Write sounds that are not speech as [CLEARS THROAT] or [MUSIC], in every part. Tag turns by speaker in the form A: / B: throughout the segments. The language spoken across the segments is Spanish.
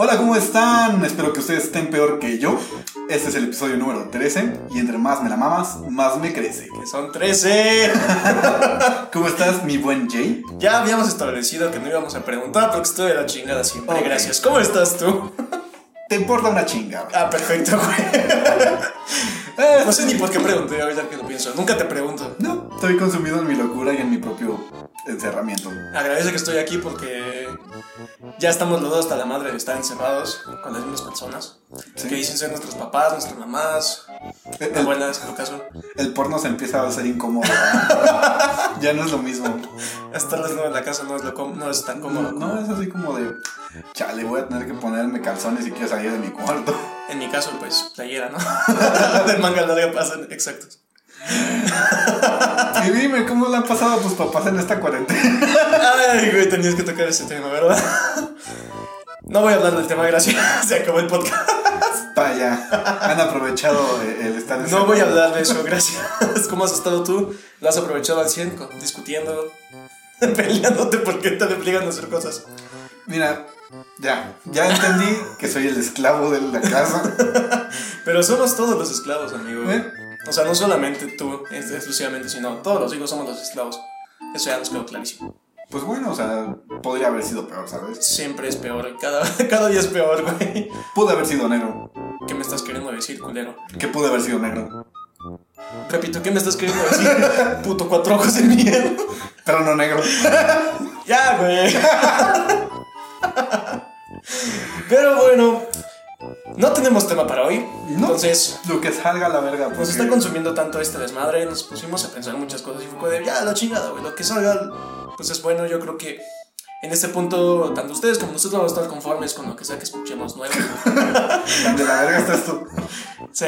A: Hola, ¿cómo están? Espero que ustedes estén peor que yo. Este es el episodio número 13 y entre más me la mamas, más me crece.
B: Que son 13.
A: ¿Cómo estás, mi buen Jay?
B: [LAUGHS] Ya habíamos establecido que no íbamos a preguntar porque estoy de la chingada siempre.
A: Ok.
B: Gracias. ¿Cómo estás tú?
A: Te importa una chinga. güey.
B: Ah, perfecto, güey. Eh, [LAUGHS] no sé ni por qué pregunté ahorita que lo pienso. Nunca te pregunto.
A: No, estoy consumido en mi locura y en mi propio encerramiento.
B: Agradece que estoy aquí porque ya estamos los dos hasta la madre de estar encerrados con las mismas personas
A: Sí.
B: que dicen ser nuestros papás, nuestras mamás,
A: El, el-
B: abuelas, en tu caso.
A: el porno se empieza a hacer incómodo.
B: [LAUGHS]
A: ya no es lo mismo.
B: Hasta las nueve en la casa no es, lo com- no es tan
A: Como,
B: cómodo.
A: no, es así como de, chale, voy a tener que ponerme calzones si quiero salir de mi cuarto. [LAUGHS]
B: En mi caso, pues, playera, ¿no? [LAUGHS] Del manga larga pasan exactos.
A: Y dime, ¿cómo le han pasado a tus papás en esta cuarentena?
B: Ay, güey, tenías que tocar ese tema, ¿verdad? No voy a hablar del tema, gracias. [LAUGHS] Se acabó el podcast.
A: Vaya, han aprovechado el, el estar
B: No voy a
A: encerrado.
B: hablar de eso, gracias. ¿Cómo has estado tú? ¿Lo has aprovechado al 100? con- Discutiendo, [LAUGHS] peleándote porque te obligan a hacer cosas.
A: Mira, ya, ya entendí que soy el esclavo de la casa.
B: Pero somos todos los esclavos, amigo.
A: ¿Eh?
B: O sea, no solamente tú, ex- exclusivamente, sino todos los hijos somos los esclavos. Eso ya nos quedó clarísimo.
A: Pues bueno, o sea, podría haber sido peor, ¿sabes?
B: Siempre es peor, cada, [LAUGHS] cada día es peor, güey.
A: Pude haber sido negro,
B: ¿Qué me estás queriendo decir, culero?
A: que pude haber sido negro,
B: Repito, ¿qué me estás queriendo decir? Puto cuatro ojos de mierda.
A: pero no negro.
B: Ya, güey. Pero bueno, no tenemos tema para hoy.
A: No.
B: Entonces,
A: Lo que salga a la verga,
B: nos
A: pues.
B: está consumiendo tanto este desmadre, nos pusimos a pensar muchas cosas y fue como de, ya, la chingada, güey. Lo que salga, pues es bueno. Yo creo que en este punto, tanto ustedes como nosotros vamos a estar conformes con lo que sea que escuchemos nuevo.
A: De la verga estás tú.
B: Sí.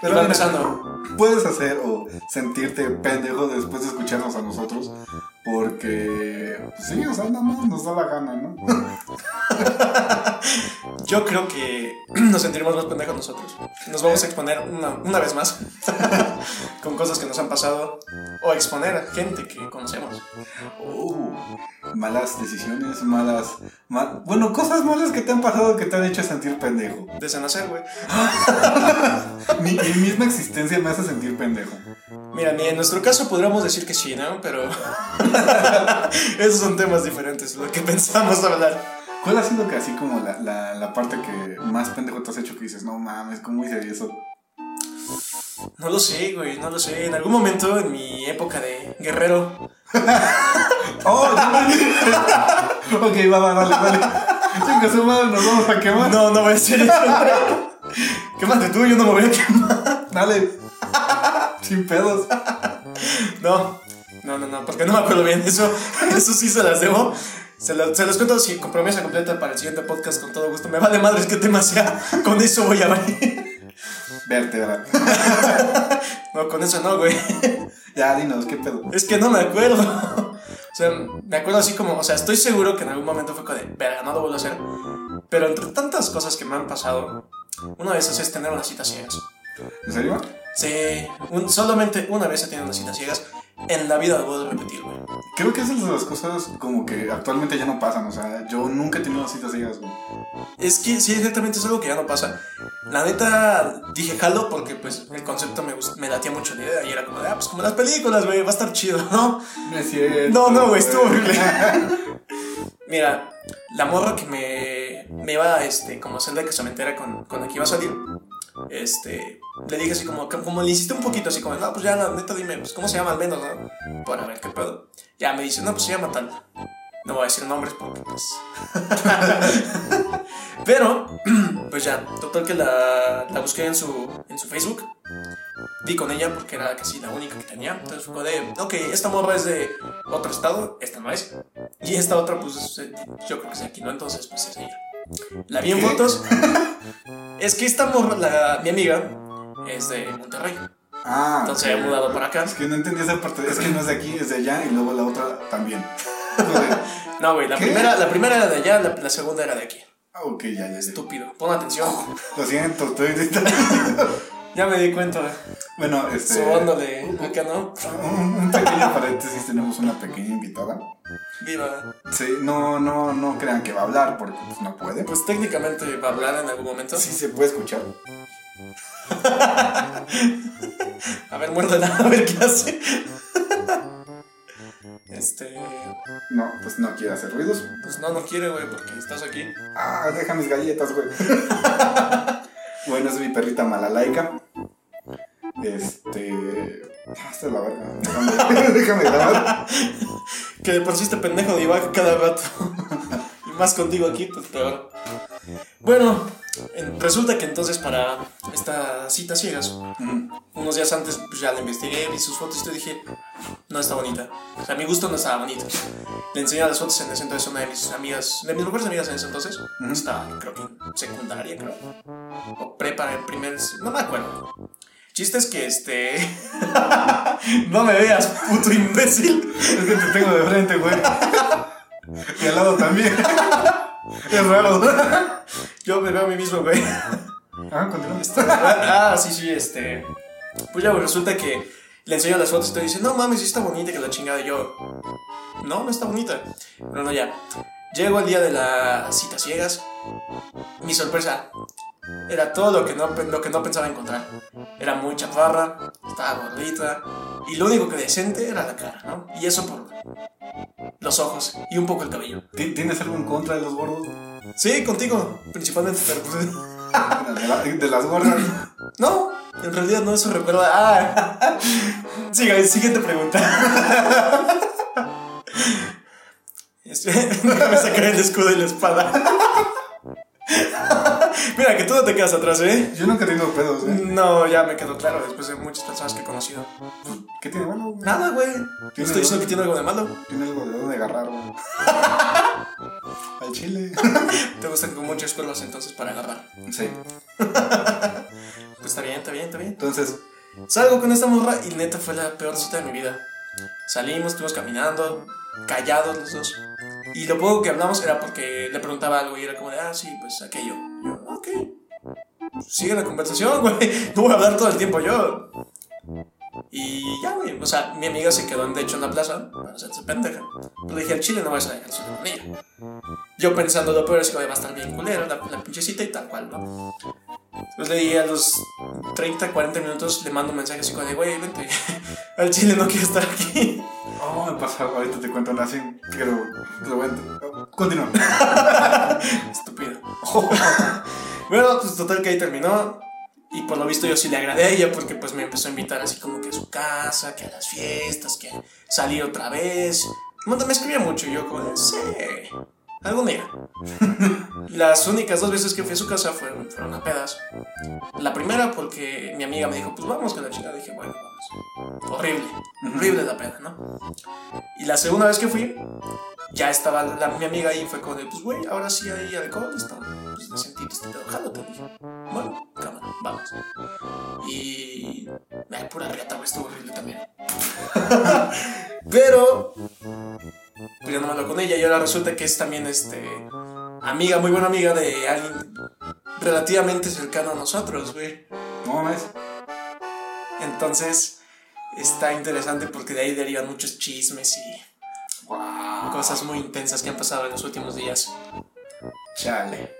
A: Pero
B: Pero va
A: mira,
B: empezando.
A: Puedes hacer o sentirte pendejo después de escucharnos a nosotros, porque. pues Sí, o sea, nada más nos da la gana, ¿no?
B: Yo creo que [CLEARS THROAT] nos sentiremos más pendejos nosotros. Nos vamos a exponer una, una vez más [LAUGHS] con cosas que nos han pasado o exponer a gente que conocemos.
A: Uh, malas decisiones, malas. ma- bueno, cosas malas que te han pasado que te han hecho sentir pendejo.
B: Desde nacer, güey.
A: Mi, mi misma existencia me hace sentir pendejo.
B: Mira, ni en nuestro caso podríamos decir que sí, ¿no? Pero [LAUGHS] esos son temas diferentes, lo que pensamos hablar.
A: ¿Cuál ha sido que así como la, la, la parte que más pendejo te has hecho que dices, no mames, ¿cómo hice eso?
B: No lo sé, güey, no lo sé. En algún momento en mi época de guerrero,
A: ¡Oh! no. [LAUGHS] ok, va, va, dale, dale. Chinga su madre, nos vamos a quemar.
B: no, no voy a decir eso. Quémate tú, yo no me voy a quemar.
A: Dale. [LAUGHS] Sin pedos.
B: No, no, no, no, porque no me acuerdo bien. Eso, [LAUGHS] eso sí se las debo. Se, lo- se los cuento sin compromiso completa para el siguiente podcast con todo gusto. Me vale madres qué tema sea. Con eso voy a ver.
A: Vértebra.
B: No, con eso no, güey.
A: Ya, dinos, ¿qué pedo?
B: Es que no me acuerdo. [LAUGHS] O sea, me acuerdo así como, o sea, estoy seguro que en algún momento fue como de, verga, no lo vuelvo a hacer. Pero entre tantas cosas que me han pasado, una de esas es tener una cita ciegas.
A: ¿En serio?
B: Sí, un- solamente una vez he tenido una cita ciegas. En la vida lo vuelvo a repetir, güey.
A: Creo que esas son las cosas como que actualmente ya no pasan. O sea, yo nunca he tenido citas ciegas, güey.
B: Es que sí, exactamente, es algo que ya no pasa. La neta, dije jalo porque pues el concepto me, gust- me latía mucho la idea y era como, de, ah, pues como las películas, güey, va a estar chido, [LAUGHS] ¿no?
A: No es cierto.
B: No, no, güey, estuvo horrible. Mira, la morra que me, me iba, este, como a hacer de que se me entera con, con la que iba a salir, este, le dije así como, como le insistí un poquito, así como, no, pues ya, la neta, dime, pues cómo se llama al menos, ¿no? Para ver qué pedo. Ya me dice, no, pues se llama tal. No voy a decir nombres porque, pues. [LAUGHS] Pero, [CLEARS THROAT] pues ya, total que la, la busqué en su, en su Facebook. Di con ella porque era casi la única que tenía. Entonces fue de, ok, esta morra es de otro estado, esta no es. Y esta otra, pues eh, yo creo que es de aquí, ¿no? Entonces, pues es ella. La vi en
A: ¿Qué?
B: fotos. [LAUGHS] es que esta morra, la- mi amiga, es de Monterrey.
A: [LAUGHS] Ah.
B: Entonces se había mudado para acá.
A: Es que no entendí esa parte. Es que no es de aquí, es de allá y luego la otra también. Joder.
B: No, güey, la
A: ¿Qué?
B: primera, la primera era de allá, la, la segunda era de aquí.
A: Ah, ok, ya, ya, ya.
B: Estúpido, pon atención.
A: Lo siento, estoy ahorita.
B: [LAUGHS] Ya me di cuenta.
A: Bueno, este.
B: Subándole. Acá no.
A: Un un pequeño paréntesis, tenemos una pequeña invitada.
B: Viva.
A: Sí, no, no, no crean que va a hablar porque pues, no puede.
B: Pues técnicamente va a hablar en algún momento.
A: Sí se puede escuchar.
B: A ver, muérdela, [LAUGHS] a ver qué hace. Este.
A: No, pues no quiere hacer ruidos.
B: Pues no, no quiere, güey, porque estás aquí.
A: Ah, deja mis galletas, güey. [LAUGHS] bueno, es mi perrita malalaika. Este. ah, Esta es la verga. Déjame, [LAUGHS] déjame grabar.
B: Que de por sí este pendejo divaga cada rato. [LAUGHS] y más contigo aquí, pues peor. Bueno, en- resulta que entonces para esta cita ciegas,
A: Mm,
B: unos días antes pues, ya la investigué, vi sus fotos y te dije, no está bonita. O sea, a mi gusto no estaba bonita. Le enseñé las fotos en ese entonces a una de mis amigas, de mis mejores amigas en ese entonces.
A: Ujú.
B: Estaba, creo que en secundaria, creo. O prepa en primer... No me acuerdo. Chiste es que este... [LAUGHS] no me veas, puto imbécil.
A: Es que te tengo de frente, güey. Y al lado también. [LAUGHS] es raro.
B: Yo me veo a mí mismo, güey.
A: Ah, continúa.
B: ah, sí, sí, este. Pues ya, güey, resulta que le enseño las fotos y te dice, no mames, sí está bonita, que la chingada. Y yo, no, no está bonita. Pero no, ya. Llego al día de la cita ciegas. Mi sorpresa era todo lo que no, lo que no pensaba encontrar. Era muy chaparra, estaba gordita. Y lo único que decente era la cara, ¿no? Y eso por los ojos y un poco el cabello.
A: ¿Ti- ¿Tienes algo en contra de los gordos?
B: Sí, contigo, principalmente, pero pues,
A: Ah, De, la- de las gordas.
B: No, en realidad no, eso recuerda. Ah, [LAUGHS] siga, siguiente pregunta. [LAUGHS] Este, [LAUGHS] Déjame sacar el escudo y la espada. [LAUGHS] Mira, que tú no te quedas atrás, ¿eh?
A: Yo nunca he tenido pedos, güey.
B: No, ya me quedó claro después de muchas personas que he conocido.
A: ¿Qué tiene bueno, güey?
B: Nada, güey. Yo estoy diciendo que tiene algo de malo.
A: Tiene algo de dónde agarrar,
B: [LAUGHS]
A: güey. Al chile. [LAUGHS]
B: Te gustan con muchas curvas entonces para agarrar.
A: Sí.
B: Pues está bien, está bien, está bien.
A: Entonces,
B: Salgo con esta morra y neta fue la peor cita de mi vida. Salimos, estuvimos caminando, callados los dos. Y lo poco que hablamos era porque le preguntaba algo y era como de, ah, sí, pues aquello. Y yo, ok. Sigue la conversación, [LAUGHS] güey. No voy a hablar todo el tiempo yo. Y ya, güey. O sea, mi amiga se quedó, de hecho, en la plaza para hacerse pendeja. Le dije, al chile no vas a dejar solo con ella. Yo pensando lo peor es que va a estar bien culera la, la pinche cita y tal cual, ¿no? Pues le dije a los 30, 40 minutos, le mando un mensaje así como de, güey, vente, [LAUGHS] al chile no quiero estar aquí. [LAUGHS]
A: oh, me pasa algo. Ahorita te cuento una así, pero te lo voy a... Continúa.
B: Estúpido. [LAUGHS] bueno, pues total que ahí terminó. Y por lo visto yo sí le agradé a ella porque pues me empezó a invitar así como que a su casa, que a las fiestas, que salir otra vez. Bueno, me escribía mucho y yo como, de, sí, algún día. [LAUGHS] las únicas dos veces que fui a su casa fueron, fueron a pedas. La primera porque mi amiga me dijo, pues vamos con la chica. Dije, bueno, vamos. Horrible, horrible la peda, ¿no? Y la segunda vez que fui, ya estaba la- la- mi amiga ahí fue como de, pues güey, ahora sí hay alcohol, está, pues de sentir este pedo, jálate, dije, bueno, cámara, vamos. Y, eh, pura riata, güey, estuvo horrible también. Pero, pues ya no me hablo con ella y ahora resulta que es también, este, amiga, muy buena amiga de alguien relativamente cercano a nosotros, güey.
A: No mames.
B: Entonces, está interesante porque de ahí derivan muchos chismes y
A: Wow.
B: cosas muy intensas que han pasado en los últimos días.
A: Chale.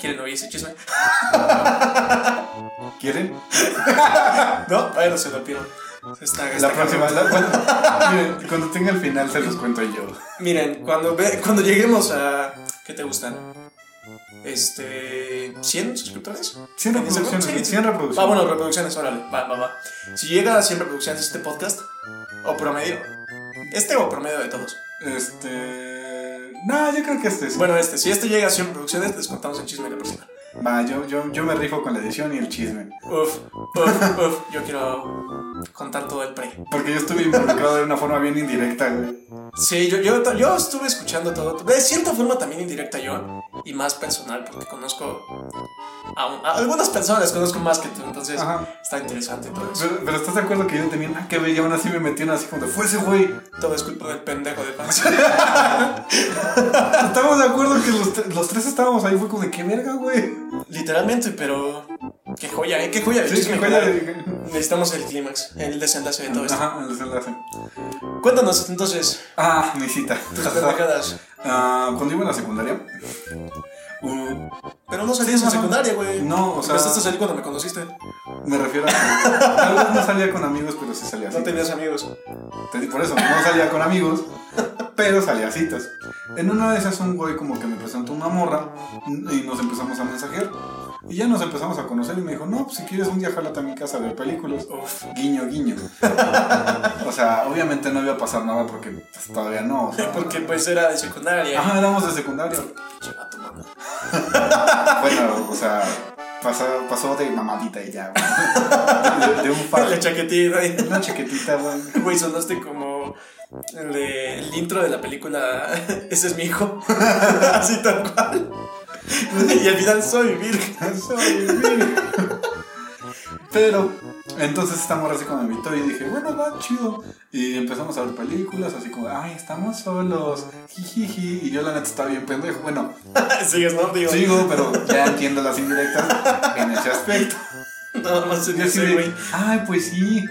B: ¿Quieren oír ese chisme? [LAUGHS]
A: ¿Quieren?
B: No, bueno, se lo pido. Se está-
A: La
B: está
A: próxima.
B: cabrón.
A: la- cuando- miren, cuando tenga el final se los cuento yo.
B: Miren, cuando, ve, cuando lleguemos a. ¿Qué te gustan? Este. ¿100 suscriptores?
A: 100
B: ¿En Instagram? Sí.
A: reproducciones. 100 reproducciones.
B: Ah, bueno, reproducciones, órale. Va, va, va. Si llega a 100 reproducciones este podcast, o promedio. Este o promedio de todos.
A: Este. No, yo creo que este es.
B: Bueno, este, si este llega a 100 reproducciones, les contamos el chisme de la persona.
A: Va, yo, yo, yo me rifo con la edición y el chisme.
B: Uf, uf, uf. Yo quiero contar todo el pre.
A: Porque yo estuve involucrado de una forma bien indirecta, güey.
B: Sí, yo, yo, ta- yo estuve escuchando todo. De cierta forma también indirecta yo y más personal porque conozco a, un- a algunas personas, conozco más que tú, entonces
A: Ajá.
B: está interesante todo eso.
A: Pero, pero ¿estás de acuerdo que yo no tenía nada que ver y aún así me metieron así como de, fue ese güey?
B: Todo es culpa del pendejo de Paz.
A: Ah, Estamos de acuerdo que los, tre- los tres estábamos ahí, fue como de, ¿qué verga, güey?
B: [LAUGHS] Literalmente, pero Qué joya, ¿eh? Qué joya.
A: Sí,
B: bichos,
A: sí,
B: me
A: cuenta
B: quedaron.
A: de-
B: Necesitamos el clímax, el desenlace de todo esto.
A: Ajá, el desenlace.
B: Cuéntanos entonces
A: Ah, mi cita.
B: tus pendejadas.
A: Ah, cuando iba a la secundaria. uh,
B: Pero no salías en
A: Ajá.
B: secundaria, güey.
A: No, o sea-
B: Empezaste a salir cuando me conociste.
A: me refiero a. que Tal vez no salía con amigos, pero sí salía así.
B: No tenías amigos.
A: Te- Por eso, no salía con amigos, pero salía a citas. En una de esas un güey como que me presentó una morra y nos empezamos a mensajear. Y ya nos empezamos a conocer y me dijo, no, pues, si quieres un día jálate a mi casa a ver películas.
B: Uf.
A: Guiño, guiño. o sea, obviamente no iba a pasar nada porque pues, todavía no. o
B: [LAUGHS]
A: sea,
B: Porque pues era de secundaria.
A: Ajá, éramos de secundaria.
B: Che, vato, mano.
A: Bueno, o sea, pasó, pasó de mamadita y ya. güey. De, de un par.
B: La chaquetita. y-
A: Una chaquetita, güey.
B: [LAUGHS] Güey, sonaste como el, de- el intro de la película [LAUGHS] Ese es mi hijo. [LAUGHS] Así tal cual. Y al final soy virgen. [LAUGHS]
A: Soy virgen. Pero, entonces esta morra así como me invitó y dije, bueno, va, chido. Y empezamos a ver películas, así como, ay, estamos solos, jijiji. Y yo la neta estaba bien pendejo. Bueno,
B: Sigues, ¿no? Digo,
A: sigo, pero ya entiendo las indirectas en ese aspecto.
B: nada más se
A: Yo así
B: dice,
A: de,
B: güey.
A: ay, pues sí.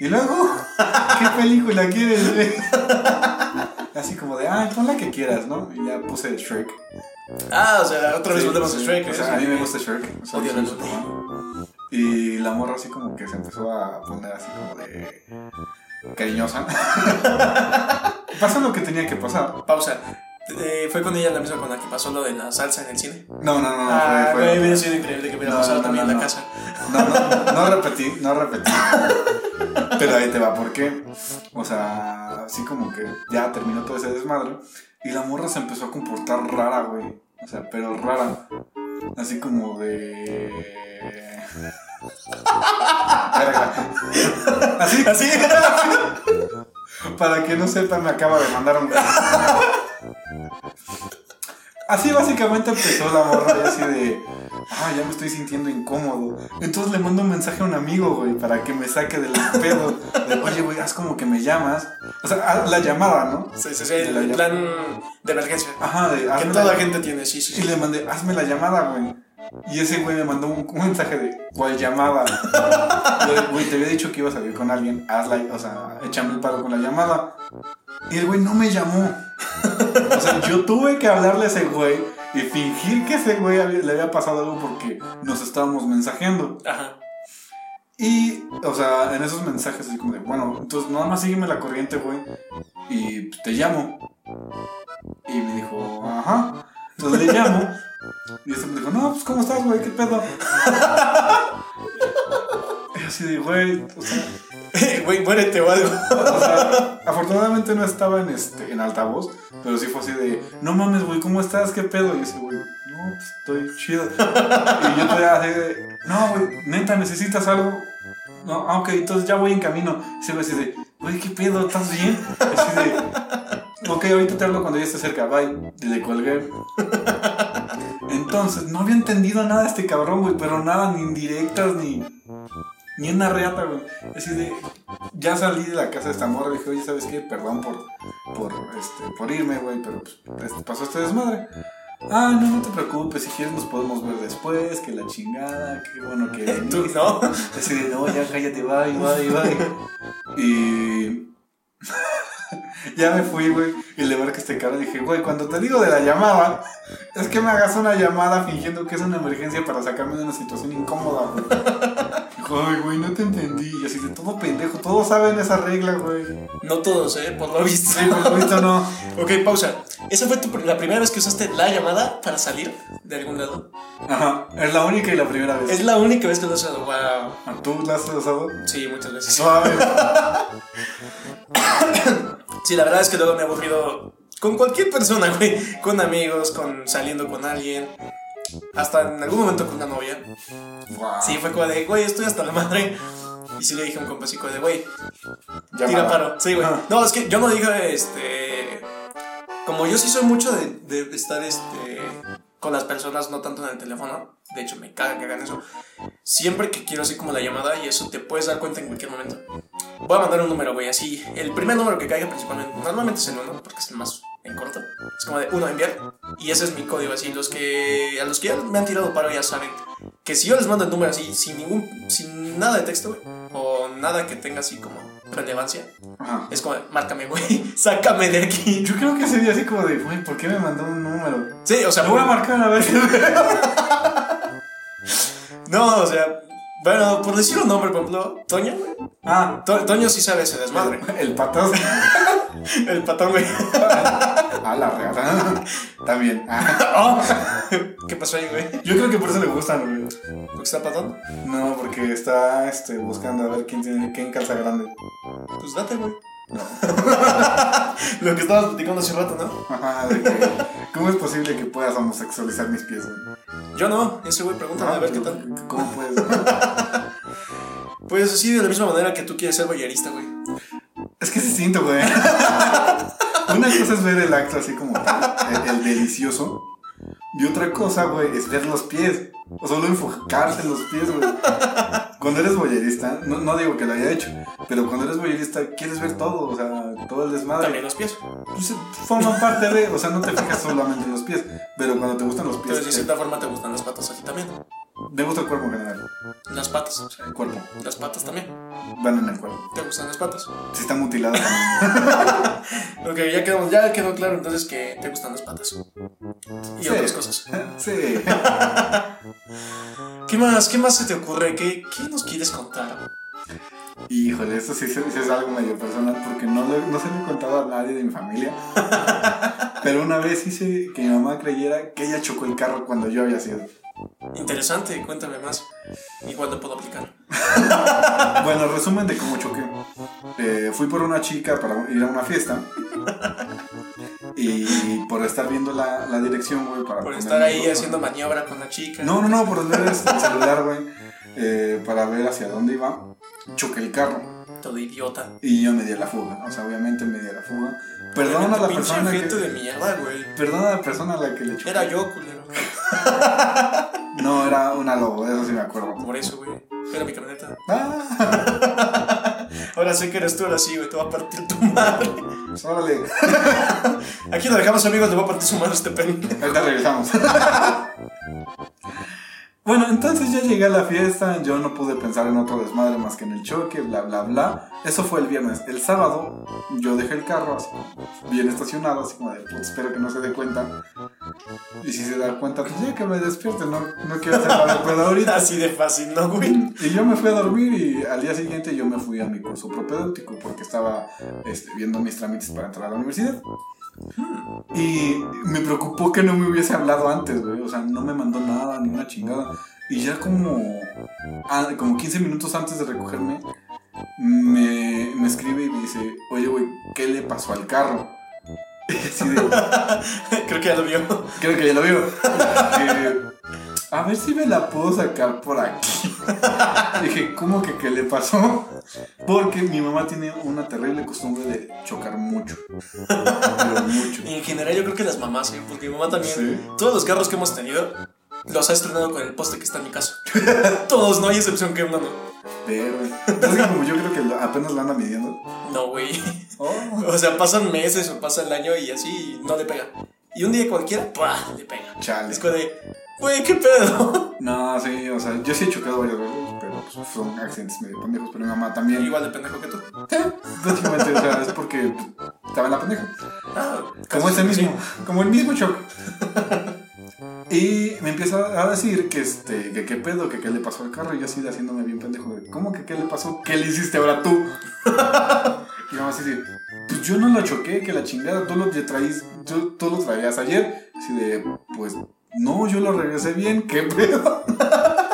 A: Y luego, [LAUGHS] ¿qué película quieres ver? [LAUGHS] Así como de, ay, pon la que quieras, ¿no? Y ya puse Shrek.
B: Ah, o sea, otra vez
A: Sí,
B: volvemos
A: sí.
B: a Shrek.
A: O
B: ¿eh?
A: sea, a mí me gusta Shrek. o sea,
B: Odio
A: soy
B: la
A: su
B: luna.
A: fan. Y la morra así como que se empezó a poner así como de cariñosa. [LAUGHS] Pasa lo que tenía que pasar.
B: Pausa. Eh, fue con ella la misma con la que pasó lo de la salsa en el cine.
A: No, no, no, no.
B: ah,
A: fue- fue-
B: güey, hubiera sido increíble que hubiera
A: No,
B: pasado
A: no,
B: también
A: no,
B: en la
A: no.
B: casa.
A: No, no, no repetí, no repetí. Pero ahí te va, ¿por qué? O sea, así como que ya terminó todo ese desmadre. Y la morra se empezó a comportar rara, güey. O sea, pero rara. Así como de. Verga. Así,
B: Así.
A: para que no sepan, me acaba de mandar un. Así básicamente empezó la morra y así de. Ah, ya me estoy sintiendo incómodo. Entonces le mando un mensaje a un amigo, güey, para que me saque del pedo. De, Oye, güey, haz como que me llamas. O sea, haz la llamada, ¿no?
B: Sí, sí, sí, el plan de emergencia.
A: Ajá, de.
B: Que
A: hazme la-
B: toda gente tiene, sí, sí.
A: Ah, Y
B: sí.
A: le mandé, hazme la llamada, güey. Y ese güey me mandó un, un mensaje de, ¿cuál llamada? [LAUGHS] Le- Güey, te había dicho que iba a salir con alguien, hazla, o sea, échame el paro con la llamada. Y el güey no me llamó. [LAUGHS] O sea, yo tuve que hablarle a ese güey y fingir que ese güey había- le había pasado algo porque nos estábamos mensajeando.
B: Ajá. [LAUGHS]
A: Y, o sea, en esos mensajes, así como de, bueno, entonces nada más sígueme la corriente, güey, y pues, te llamo. Y me dijo, ajá. Entonces le llamo. Y este me dijo, no, pues, ¿cómo estás, güey? ¿Qué pedo? [LAUGHS] Y así de, güey, o sea,
B: Güey, muérete o algo.
A: o sea, [LAUGHS] afortunadamente no estaba en, este, en altavoz, pero sí fue así de, no mames, güey, ¿cómo estás? ¿Qué pedo? Y ese güey, no, pues estoy chido. Y yo todavía así de, no, güey, neta, ¿necesitas algo? No, ah, ok, entonces ya voy en camino. Y se ve así de, güey, ¿qué pedo? ¿Estás bien? Así de, ok, ahorita te hablo cuando ya esté cerca, bye. Y le colgué. Entonces, no había entendido nada de este cabrón, güey, pero nada, ni indirectas, ni... Ni una reata, güey. Así de, ya salí de la casa de esta morra y dije, oye, ¿sabes qué? Perdón por, por, este, por irme, güey, pero pues, este, pasó este desmadre. Ah, no, no te preocupes, si quieres nos podemos ver después, que la chingada, que bueno que...
B: [LAUGHS] Tú, ¿no?
A: [LAUGHS] Así de, no, ya cállate, bye, bye, bye. Y... [LAUGHS] ya me fui, güey, y le marqué este cara y dije, güey, cuando te digo de la llamada, es que me hagas una llamada fingiendo que es una emergencia para sacarme de una situación incómoda, güey. Dijo, ay, güey, no te entendí. Y así de todo pendejo, todos saben esa regla, güey.
B: No todos, ¿eh? Por lo visto.
A: Sí, por supuesto no.
B: Ok, pausa. ¿Esa fue tu pr- la primera vez que usaste la llamada para salir de algún lado?
A: Ajá, es la única y la primera vez. Ah,
B: Es la única vez que lo he usado. Wow.
A: ¿Tú la has usado?
B: Sí, muchas veces.
A: Suave.
B: Sí, la verdad es que luego me he aburrido con cualquier persona, [LAUGHS] güey. Con amigos, con saliendo con alguien. Hasta en algún momento con una novia.
A: Guau.
B: [LAUGHS] Sí, fue como de, güey, estoy hasta la madre. Y sí le dije a un compa así como de, güey,
A: Llamada.
B: Tira paro. Sí, güey.
A: Ajá.
B: No, es que yo no dije, este. Como yo sí soy mucho de, de estar, este. Con las personas, no tanto en el teléfono. De hecho, me caga que hagan eso. Siempre que quiero así como la llamada y eso te puedes dar cuenta en cualquier momento. Voy a mandar un número, güey, así. El primer número que caiga principalmente. Normalmente es el uno, porque es el más en corto. Es como de uno enviar. Y ese es mi código, así. Los que, a los que ya me han tirado paro ya saben Que si yo les mando el número así, sin ningún, sin nada de texto, güey, o nada que tenga así como relevancia,
A: Ajá.
B: es como, márcame, güey, [LAUGHS] sácame de aquí.
A: Yo creo que sería así como de, güey, ¿por qué me mandó un número?
B: Sí, o sea,
A: Te voy a marcar a ver si
B: [LAUGHS] no, o sea, bueno, por decir un nombre, por ejemplo, Toño, güey.
A: Ah,
B: To- Toño sí sabe ese desmadre.
A: el patas
B: [LAUGHS] El patón, güey.
A: a la reata. También. Ah.
B: [LAUGHS] Oh, [LAUGHS] ¿Qué pasó ahí, güey?
A: Yo creo que por eso le gustan, güey.
B: ¿Por qué está patón?
A: No, porque está este, buscando a ver quién tiene quién calza grande.
B: Pues date, güey. [LAUGHS] Lo que estabas platicando hace un rato, ¿no?
A: Ajá, de que, ¿Cómo es posible que puedas homosexualizar mis pies? güey?
B: Yo Ah, pues no, ese güey, pregúntame a ver qué tal.
A: ¿Cómo puedes?
B: Pues así de la misma manera que tú quieres ser boyerista, güey.
A: Es que es distinto, güey. [LAUGHS] Una cosa es ver el acto así como tal, el, el delicioso. Y otra cosa, güey, es ver los pies. O solo enfocarse en los pies, güey. Cuando eres boyerista, no, no digo que lo haya hecho, pero cuando eres boyerista quieres ver todo, o sea, todo el
B: También
A: desmadre.
B: los pies.
A: Pues, forman parte de, o sea, no te fijas solamente en los pies, pero cuando te gustan los pies,
B: Entonces, de
A: te,
B: cierta forma te gustan las patas a ti también.
A: te gusta el cuerpo en general.
B: Las patas, o sea,
A: El cuerpo,
B: las patas también.
A: van en el cuerpo.
B: Te gustan las patas.
A: Si está mutilado también. [LAUGHS]
B: Ok, ya quedó, ya quedó claro entonces que te gustan las patas. Y
A: Sí.
B: otras cosas.
A: Sí.
B: ¿Qué más? ¿Qué más se te ocurre? ¿Qué, qué nos quieres contar?
A: Híjole, esto sí, se- sí es algo medio personal porque no, lo- no se lo he contado a nadie de mi familia. [LAUGHS] Pero una vez hice que mi mamá creyera que ella chocó el carro cuando yo había sido.
B: Interesante, cuéntame más. Igual lo puedo aplicar.
A: Bueno, resumen de cómo choqué. Eh, fui por una chica para ir a una fiesta. Y por estar viendo la, la dirección, güey, para...
B: Por
A: poner
B: estar
A: mi
B: ahí
A: ropa.
B: haciendo maniobra con la chica.
A: No, no, no, por
B: [LAUGHS]
A: ver el celular, güey, eh, para ver hacia dónde iba. Choqué el carro
B: Todo idiota.
A: y yo me di a la fuga. O sea, obviamente me di a la fuga. Perdón
B: Obviamente,
A: a la
B: pinche
A: persona que...
B: gente de mierda, güey.
A: Perdona a la persona a la que le choqué.
B: Era yo, culero.
A: No, era una lobo, de eso sí me acuerdo.
B: Por eso, güey. Era mi camioneta.
A: Ah,
B: Ahora sé que eres tú, ahora sí, güey. Te va a partir tu madre.
A: pues órale,
B: Aquí lo dejamos, amigos. Te va a partir su madre este pendejo.
A: ahorita regresamos. [LAUGHS] Bueno, entonces ya llegué a la fiesta, yo no pude pensar en otro desmadre más que en el choque, bla, bla, bla. Eso fue el viernes. El sábado yo dejé el carro así, bien estacionado, así como de, "Puta, espero que no se dé cuenta. Y si se da cuenta, pues ya que me despierte, no, no quiero hacer nada, pero ahorita.
B: Así de fácil, ¿no, güey? [LAUGHS]
A: Y yo me fui a dormir y al día siguiente yo me fui a mi curso propedéutico porque estaba este, viendo mis trámites para entrar a la universidad. Y me preocupó que no me hubiese hablado antes, güey. O sea, no me mandó nada, ni una chingada. Y ya como, ah, como 15 minutos antes de recogerme, me, me escribe y me dice, oye, güey, ¿qué le pasó al carro? [LAUGHS] Y así de,
B: Creo que ya lo vio.
A: Creo que ya lo vio. Eh, a ver si me la puedo sacar por aquí. Dije, ¿cómo que qué le pasó? Porque mi mamá tiene una terrible costumbre de chocar mucho. Pero mucho.
B: En general, yo creo que las mamás, ¿eh? porque mi mamá también.
A: Sí.
B: Todos los carros que hemos tenido los ha estrenado con el poste que está en mi casa. [LAUGHS] todos, no hay excepción que uno no.
A: Pero, entonces como yo creo que lo- apenas la anda midiendo.
B: No, güey. [LAUGHS]
A: Oh,
B: O sea, pasan meses o pasa el año y así y no le pega. Y un día cualquiera, ¡pah! le pega.
A: chale.
B: Es como de, güey, qué pedo. [LAUGHS]
A: No, sí, o sea, yo sí he chocado varias veces, pero pues, son accidentes medio pendejos. Pero mi mamá también.
B: Igual de pendejo que tú.
A: Básicamente, o sea, es porque estaba en la pendeja.
B: Ah,
A: Como
B: casi-
A: ese mismo, como el mismo choque. [LAUGHS] Y me empieza a decir que este, que qué pedo, que qué le pasó al carro, y yo así de haciéndome bien pendejo, de, ¿cómo que qué le pasó? ¿Qué le hiciste ahora tú? [LAUGHS] Y vamos así de, pues yo no lo choqué, que la chingada, tú lo ya traís, tú, tú lo traías ayer, así de, pues no, yo lo regresé bien, qué pedo. [LAUGHS]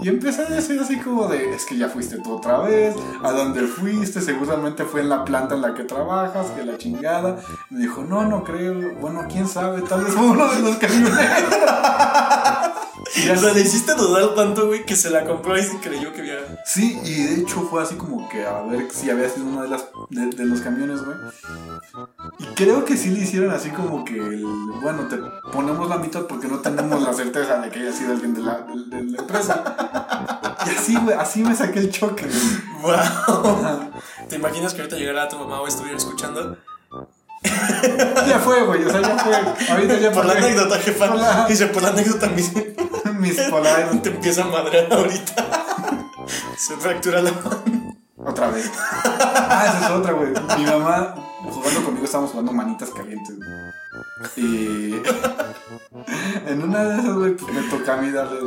A: Y empecé a decir así como de, es que ya fuiste tú otra vez, a dónde fuiste, seguramente fue en la planta en la que trabajas, que la chingada. Me dijo, no, no creo, bueno, quién sabe, tal vez fue uno de los
B: [LAUGHS]
A: camioneros. Y
B: O
A: ya
B: sea, le hiciste dudar tanto, güey, que se la compró y se creyó que había.
A: Sí, y de hecho fue así como que a ver si había sido uno de, las, de, de los camiones, güey. Y creo que sí le hicieron así como que, el, bueno, te ponemos la mitad porque no tenemos la certeza de que haya sido alguien de la, de- de la empresa. Y así, güey, así me saqué el choque. güey.
B: ¡Wow! [LAUGHS] ¿Te imaginas que ahorita llegara tu mamá o estuviera escuchando?
A: Ya fue, güey, o sea, ya fue. Ahorita ya
B: Por la
A: fue.
B: anécdota, jefa.
A: Hola.
B: Dice, por la anécdota, mi-
A: mis polares.
B: Te empieza a madrear [LAUGHS] ahorita. Se fractura la mano.
A: Otra vez. [LAUGHS] Ah, esa es otra, güey. Mi mamá, jugando conmigo, estábamos jugando manitas calientes, güey. Y. en una de esas, güey, pues, me toca a mí darle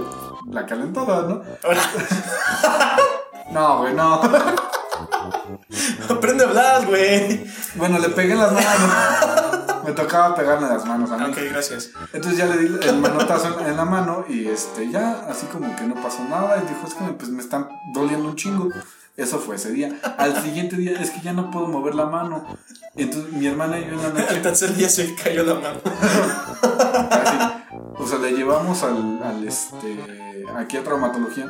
A: la calentada, ¿no?
B: Ahora,
A: [LAUGHS] No, güey, no.
B: aprende a hablar, güey.
A: Bueno, le pegué en las manos. Me tocaba pegarme las manos a mí.
B: Ok, gracias.
A: Entonces ya le di el manotazo en- en la mano y este ya así como que no pasó nada y dijo, es que me, pues, me están doliendo un chingo. Eso fue ese día. Al siguiente día es que ya no puedo mover la mano. Entonces mi hermana y yo en la
B: Al
A: noche
B: tercer día se cayó la mano.
A: casi, o sea, le llevamos al, al, este aquí a traumatología.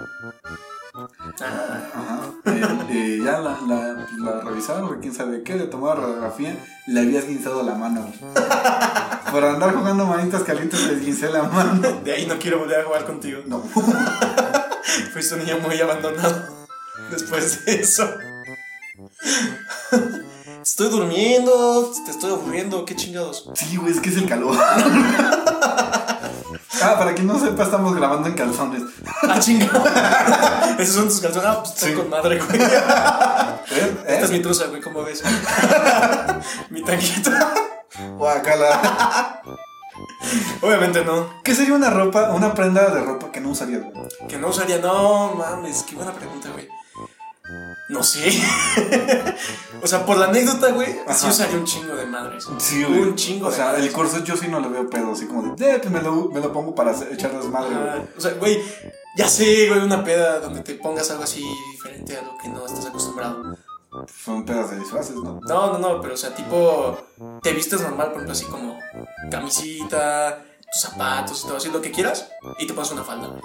B: Ah,
A: Ajá. Eh, eh, ya la, la, la revisaron, o quién sabe qué, le tomaron radiografía y le había esguinzado la mano. Por andar jugando manitas calientes le esguincé la mano.
B: de ahí no quiero volver a jugar contigo.
A: No.
B: Fuiste un niño muy abandonado [LAUGHS] después de eso. Estoy durmiendo, te estoy aburriendo, qué chingados.
A: Sí, güey, es que es el calor. [LAUGHS] ah, para quien no sepa, estamos grabando en calzones. ¿Eh?
B: Ah, chingados. [LAUGHS] Esos son tus calzones. Ah, pues estoy
A: Sí.
B: con madre, güey.
A: ¿Eh?
B: Esta es
A: ¿Eh?
B: mi truza, güey, ¿cómo ves? [LAUGHS] mi tanguita.
A: Guacala.
B: Obviamente no.
A: ¿Qué sería una ropa, una prenda de ropa que no usarías? güey?
B: Que no usaría. No, mames, qué buena pregunta, güey. No sé. [LAUGHS] o sea, por la anécdota, güey, sí
A: Ajá.
B: usaría un chingo de madres.
A: Sí,
B: güey. Un chingo
A: O
B: de
A: sea,
B: cosas.
A: el corset yo sí no le veo pedo, así como de, "Eh, pues me lo, me lo pongo para hacer- echar desmadre, güey.
B: Ah, o sea, güey, ya sé, güey, una peda donde te pongas algo así diferente a lo que no estás acostumbrado.
A: Son pedas de disfraces, ¿no?
B: No, no, no, pero o sea, tipo, te vistes normal, por ejemplo, así como camisita, tus zapatos y todo así, lo que quieras, y te pones una falda. güey.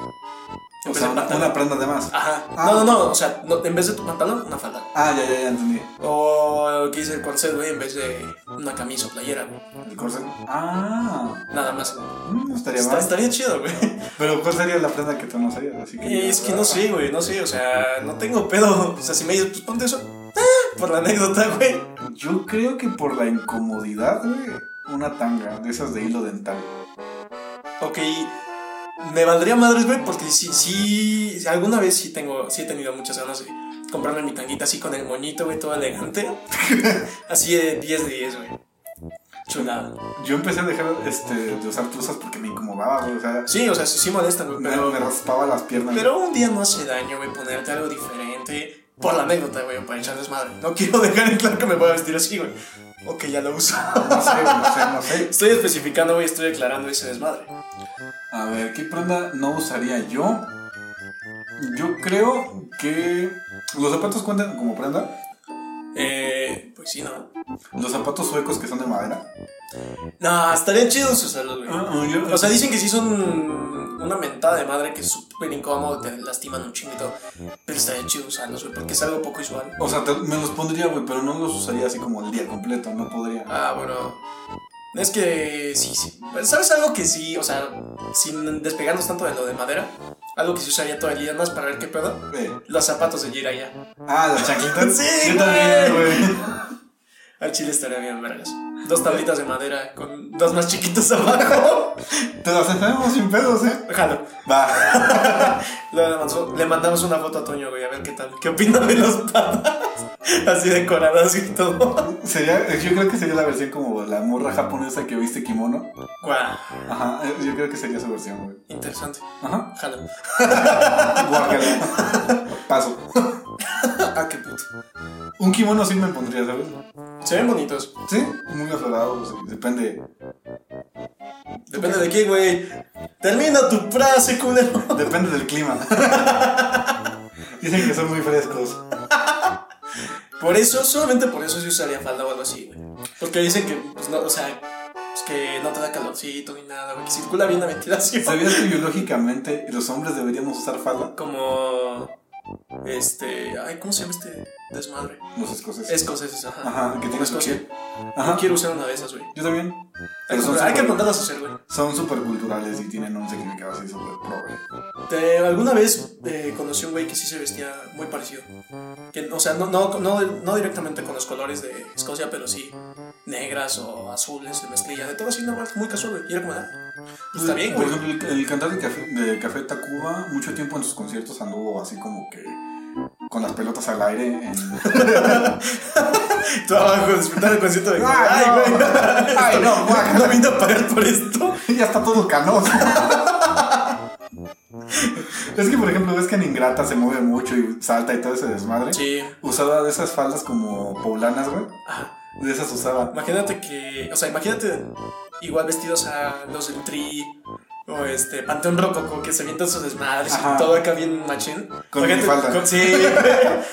B: En
A: O
B: vez
A: sea,
B: de
A: una,
B: pantalón.
A: una prenda de más.
B: Ajá.
A: Ah.
B: No, no, no, o sea, no, en vez de tu pantalón, una falda.
A: Ah, ya, ya, ya entendí.
B: O que dice el corset, güey, en vez de una camisa o playera, güey.
A: El corset. Ah,
B: Nada más.
A: mm, no estaría
B: Está-
A: mal.
B: estaría
A: [LAUGHS]
B: chido, güey.
A: Pero ¿cuál sería la prenda que tú no usarías? Así que "Ah,
B: Eh, Es que no sé, güey, no sé, o sea, no tengo pedo. O sea, si me dices, pues ponte eso. ah, Por la anécdota, güey.
A: Yo creo que por la incomodidad, güey, una tanga de esas de hilo dental.
B: Ok, me valdría madres, güey, porque sí, sí, alguna vez sí tengo, sí he tenido muchas ganas de comprarme mi tanguita así con el moñito, güey, todo elegante. [LAUGHS] así de 10 de 10, güey. Chulada.
A: Yo empecé a dejar este, de usar truzas porque me incomodaba, güey. O sea,
B: Sí, o sea, sí, sí molestan, güey,
A: me,
B: pero,
A: me raspaba las piernas.
B: pero un día no hace daño, güey, ponerte algo diferente. Por la anécdota, güey, para echar desmadre. No quiero dejar en claro que me voy a vestir así, güey. Ok, ya lo uso. [LAUGHS]
A: No sé, güey, no sé, no sé.
B: Estoy especificando, güey, estoy aclarando ese desmadre.
A: A ver, ¿qué prenda no usaría yo? Yo creo que. ¿Los zapatos cuentan como prenda?
B: Eh, pues sí, no.
A: Los zapatos suecos que son de madera.
B: No, estarían chidos usarlos, güey.
A: yo,
B: Ah, O sea, dicen que sí son una mentada de madre que es súper incómodo, te lastiman un chingo y todo. Pero estaría chido usarlos, güey, porque es algo poco usual.
A: O sea, te- me los pondría, güey, pero no los usaría así como el día completo, no podría.
B: Ah, bueno. Es que sí, sí. Pero, ¿Sabes algo que sí? O sea, sin despegarnos tanto de lo de madera, algo que sí usaría todo el día más para ver qué pedo.
A: Eh,
B: Los zapatos de Jiraya.
A: Ah, las chaquitas.
B: Sí,
A: Yo también, güey.
B: Al chile estaría bien, vergas. Dos tablitas de madera con dos más chiquitos [LAUGHS] abajo.
A: Te las hacemos sin pedos, ¿eh?
B: Jalo.
A: Va. [LAUGHS]
B: Le mandamos, le mandamos una foto a Toño, güey, a ver qué tal. ¿Qué opina de las patas? [LAUGHS] Así decoradas y todo.
A: Sería, yo creo que sería la versión como la morra japonesa que viste kimono.
B: Guau,
A: Ajá, eh, yo creo que sería su versión, güey.
B: interesante.
A: Ajá.
B: Jalo.
A: Guácala. [LAUGHS] Paso.
B: Ah, qué puto.
A: Un kimono sí me pondría, ¿sabes?
B: Se ven bonitos.
A: Sí, muy aflorado, sí, depende.
B: Depende de qué, güey. Termina tu frase, culero.
A: Depende del clima. [LAUGHS] Dicen que son muy frescos.
B: Por eso, solamente por eso sí usaría falda o algo así, güey. Porque dicen que, pues no, o sea, pues que no te da calorcito ni nada, güey. Que circula bien la ventilación.
A: ¿Sabías que biológicamente los hombres deberíamos usar falda?
B: Como. Este. Ay, ¿cómo se llama este desmadre?
A: Los escoceses.
B: Escoceses, ajá.
A: Ajá, que
B: Como
A: tengas
B: escocia.
A: piel. Ajá,
B: Quiero usar una de esas, güey.
A: yo también.
B: Hay
A: Pero
B: que
A: son
B: comprar- hay que
A: súper-
B: mandarlas a hacer, güey.
A: Son súper culturales y tienen un significado así súper pro, güey.
B: Te- alguna vez eh, conocí a un güey que sí se vestía muy parecido. Que, o sea, no, no, no, no directamente con los colores de Escocia, pero sí negras o azules, de mezclilla, de todo así normal, muy casual, güey. Y era como, ah, Pues está bien,
A: Por
B: güey.
A: ejemplo, el, el cantante de Café, de Café Tacuba, mucho tiempo en sus conciertos anduvo así como que con las pelotas al aire. En... [LAUGHS]
B: Tú abajo disfrutando el concierto de.
A: Ay,
B: Ay, güey.
A: Ah, no. Ay, no, guácala.
B: No vine a pagar por esto.
A: ya está todo canoso. [LAUGHS] es que, por ejemplo, ves que en Ingrata se mueve mucho y salta y todo ese desmadre.
B: Sí.
A: Usaba de esas faldas como poblanas, güey.
B: Ajá.
A: De esas usaba.
B: Ah, Imagínate que. O sea, imagínate igual vestidos a los del Tri. O este, Panteón Rococo, que se avientan sus desmadres
A: Ajá.
B: y todo acá bien machín.
A: Con
B: Imagínate-
A: minifalda.
B: con- sí.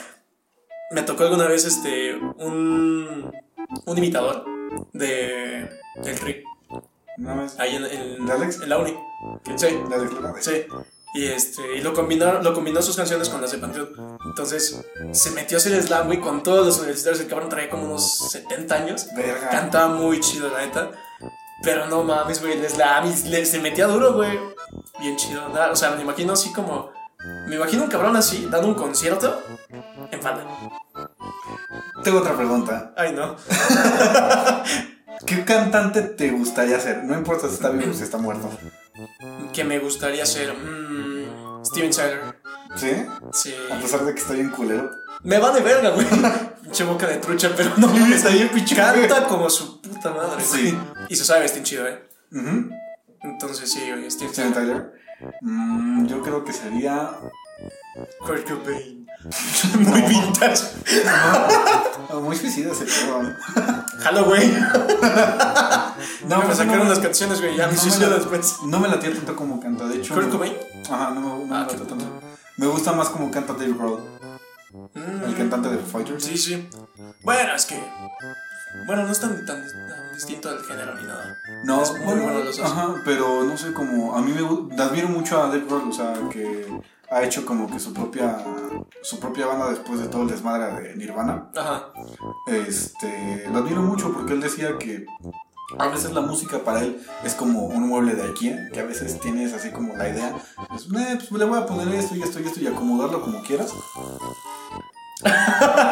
B: [LAUGHS] Me tocó alguna vez este. Un. Un imitador de. Del Tri.
A: No es.
B: Ahí en, en-
A: ¿De Alex?
B: en la uni. Que- Sí.
A: La declarada.
B: Sí. Y, este, y lo, combinó, lo combinó sus canciones con las de Panteón. Entonces se metió a hacer slam, güey, con todos los universitarios. El cabrón traía como unos 70 años.
A: Verga.
B: Cantaba muy chido, la neta. Pero no mames, güey, el slam y le- se metía duro, güey. Bien chido. da- O sea, me imagino así como. Me imagino un cabrón así, dando un concierto en falda.
A: Tengo otra pregunta.
B: Ay, no.
A: ¿Qué cantante te gustaría ser? No importa si está vivo o si está muerto.
B: Que me gustaría ser. mm, Steven Tyler.
A: ¿Sí?
B: Sí.
A: A pesar de que estoy en culero.
B: Me va de verga, güey. Pinche boca de trucha, pero no mames.
A: Está bien pinche
B: Canta como su puta madre.
A: Sí.
B: güey. Y se sabe vestir chido, ¿eh?
A: [LAUGHS] Ujú.
B: Entonces sí, oye, Steve
A: Steven
B: Tyler.
A: Tyler. Mm, yo creo que sería.
B: Kurt Cobain. [LAUGHS] Muy vintage.
A: Ah, Muy suicida ese cabrón.
B: Halloween. No, me
A: pues,
B: sacaron
A: no,
B: las canciones, güey. Ya me
A: no
B: suicido
A: me la-
B: después.
A: No me latía tanto como canta. De hecho.
B: Kurt Cobain.
A: Ajá, no me, no me
B: Ah,
A: late
B: qué
A: tanto. Me gusta más como canta Dave Grohl,
B: Mm,
A: el cantante de Foo Fighters.
B: Sí, sí. Bueno, es que. Bueno, no es tan, tan, tan distinto del género ni nada.
A: No,
B: Es muy bueno los dos.
A: Ajá, pero no sé como A mí me gu- admiro mucho a Dave Grohl, o sea, que ha hecho como que su propia su propia banda después de todo el desmadre de Nirvana.
B: Ajá.
A: Este, lo admiro mucho porque él decía que a veces la música para él es como un mueble de IKEA, que a veces tienes así como la idea, pues, "Eh, pues le voy a poner esto y esto y esto y acomodarlo como quieras. [LAUGHS]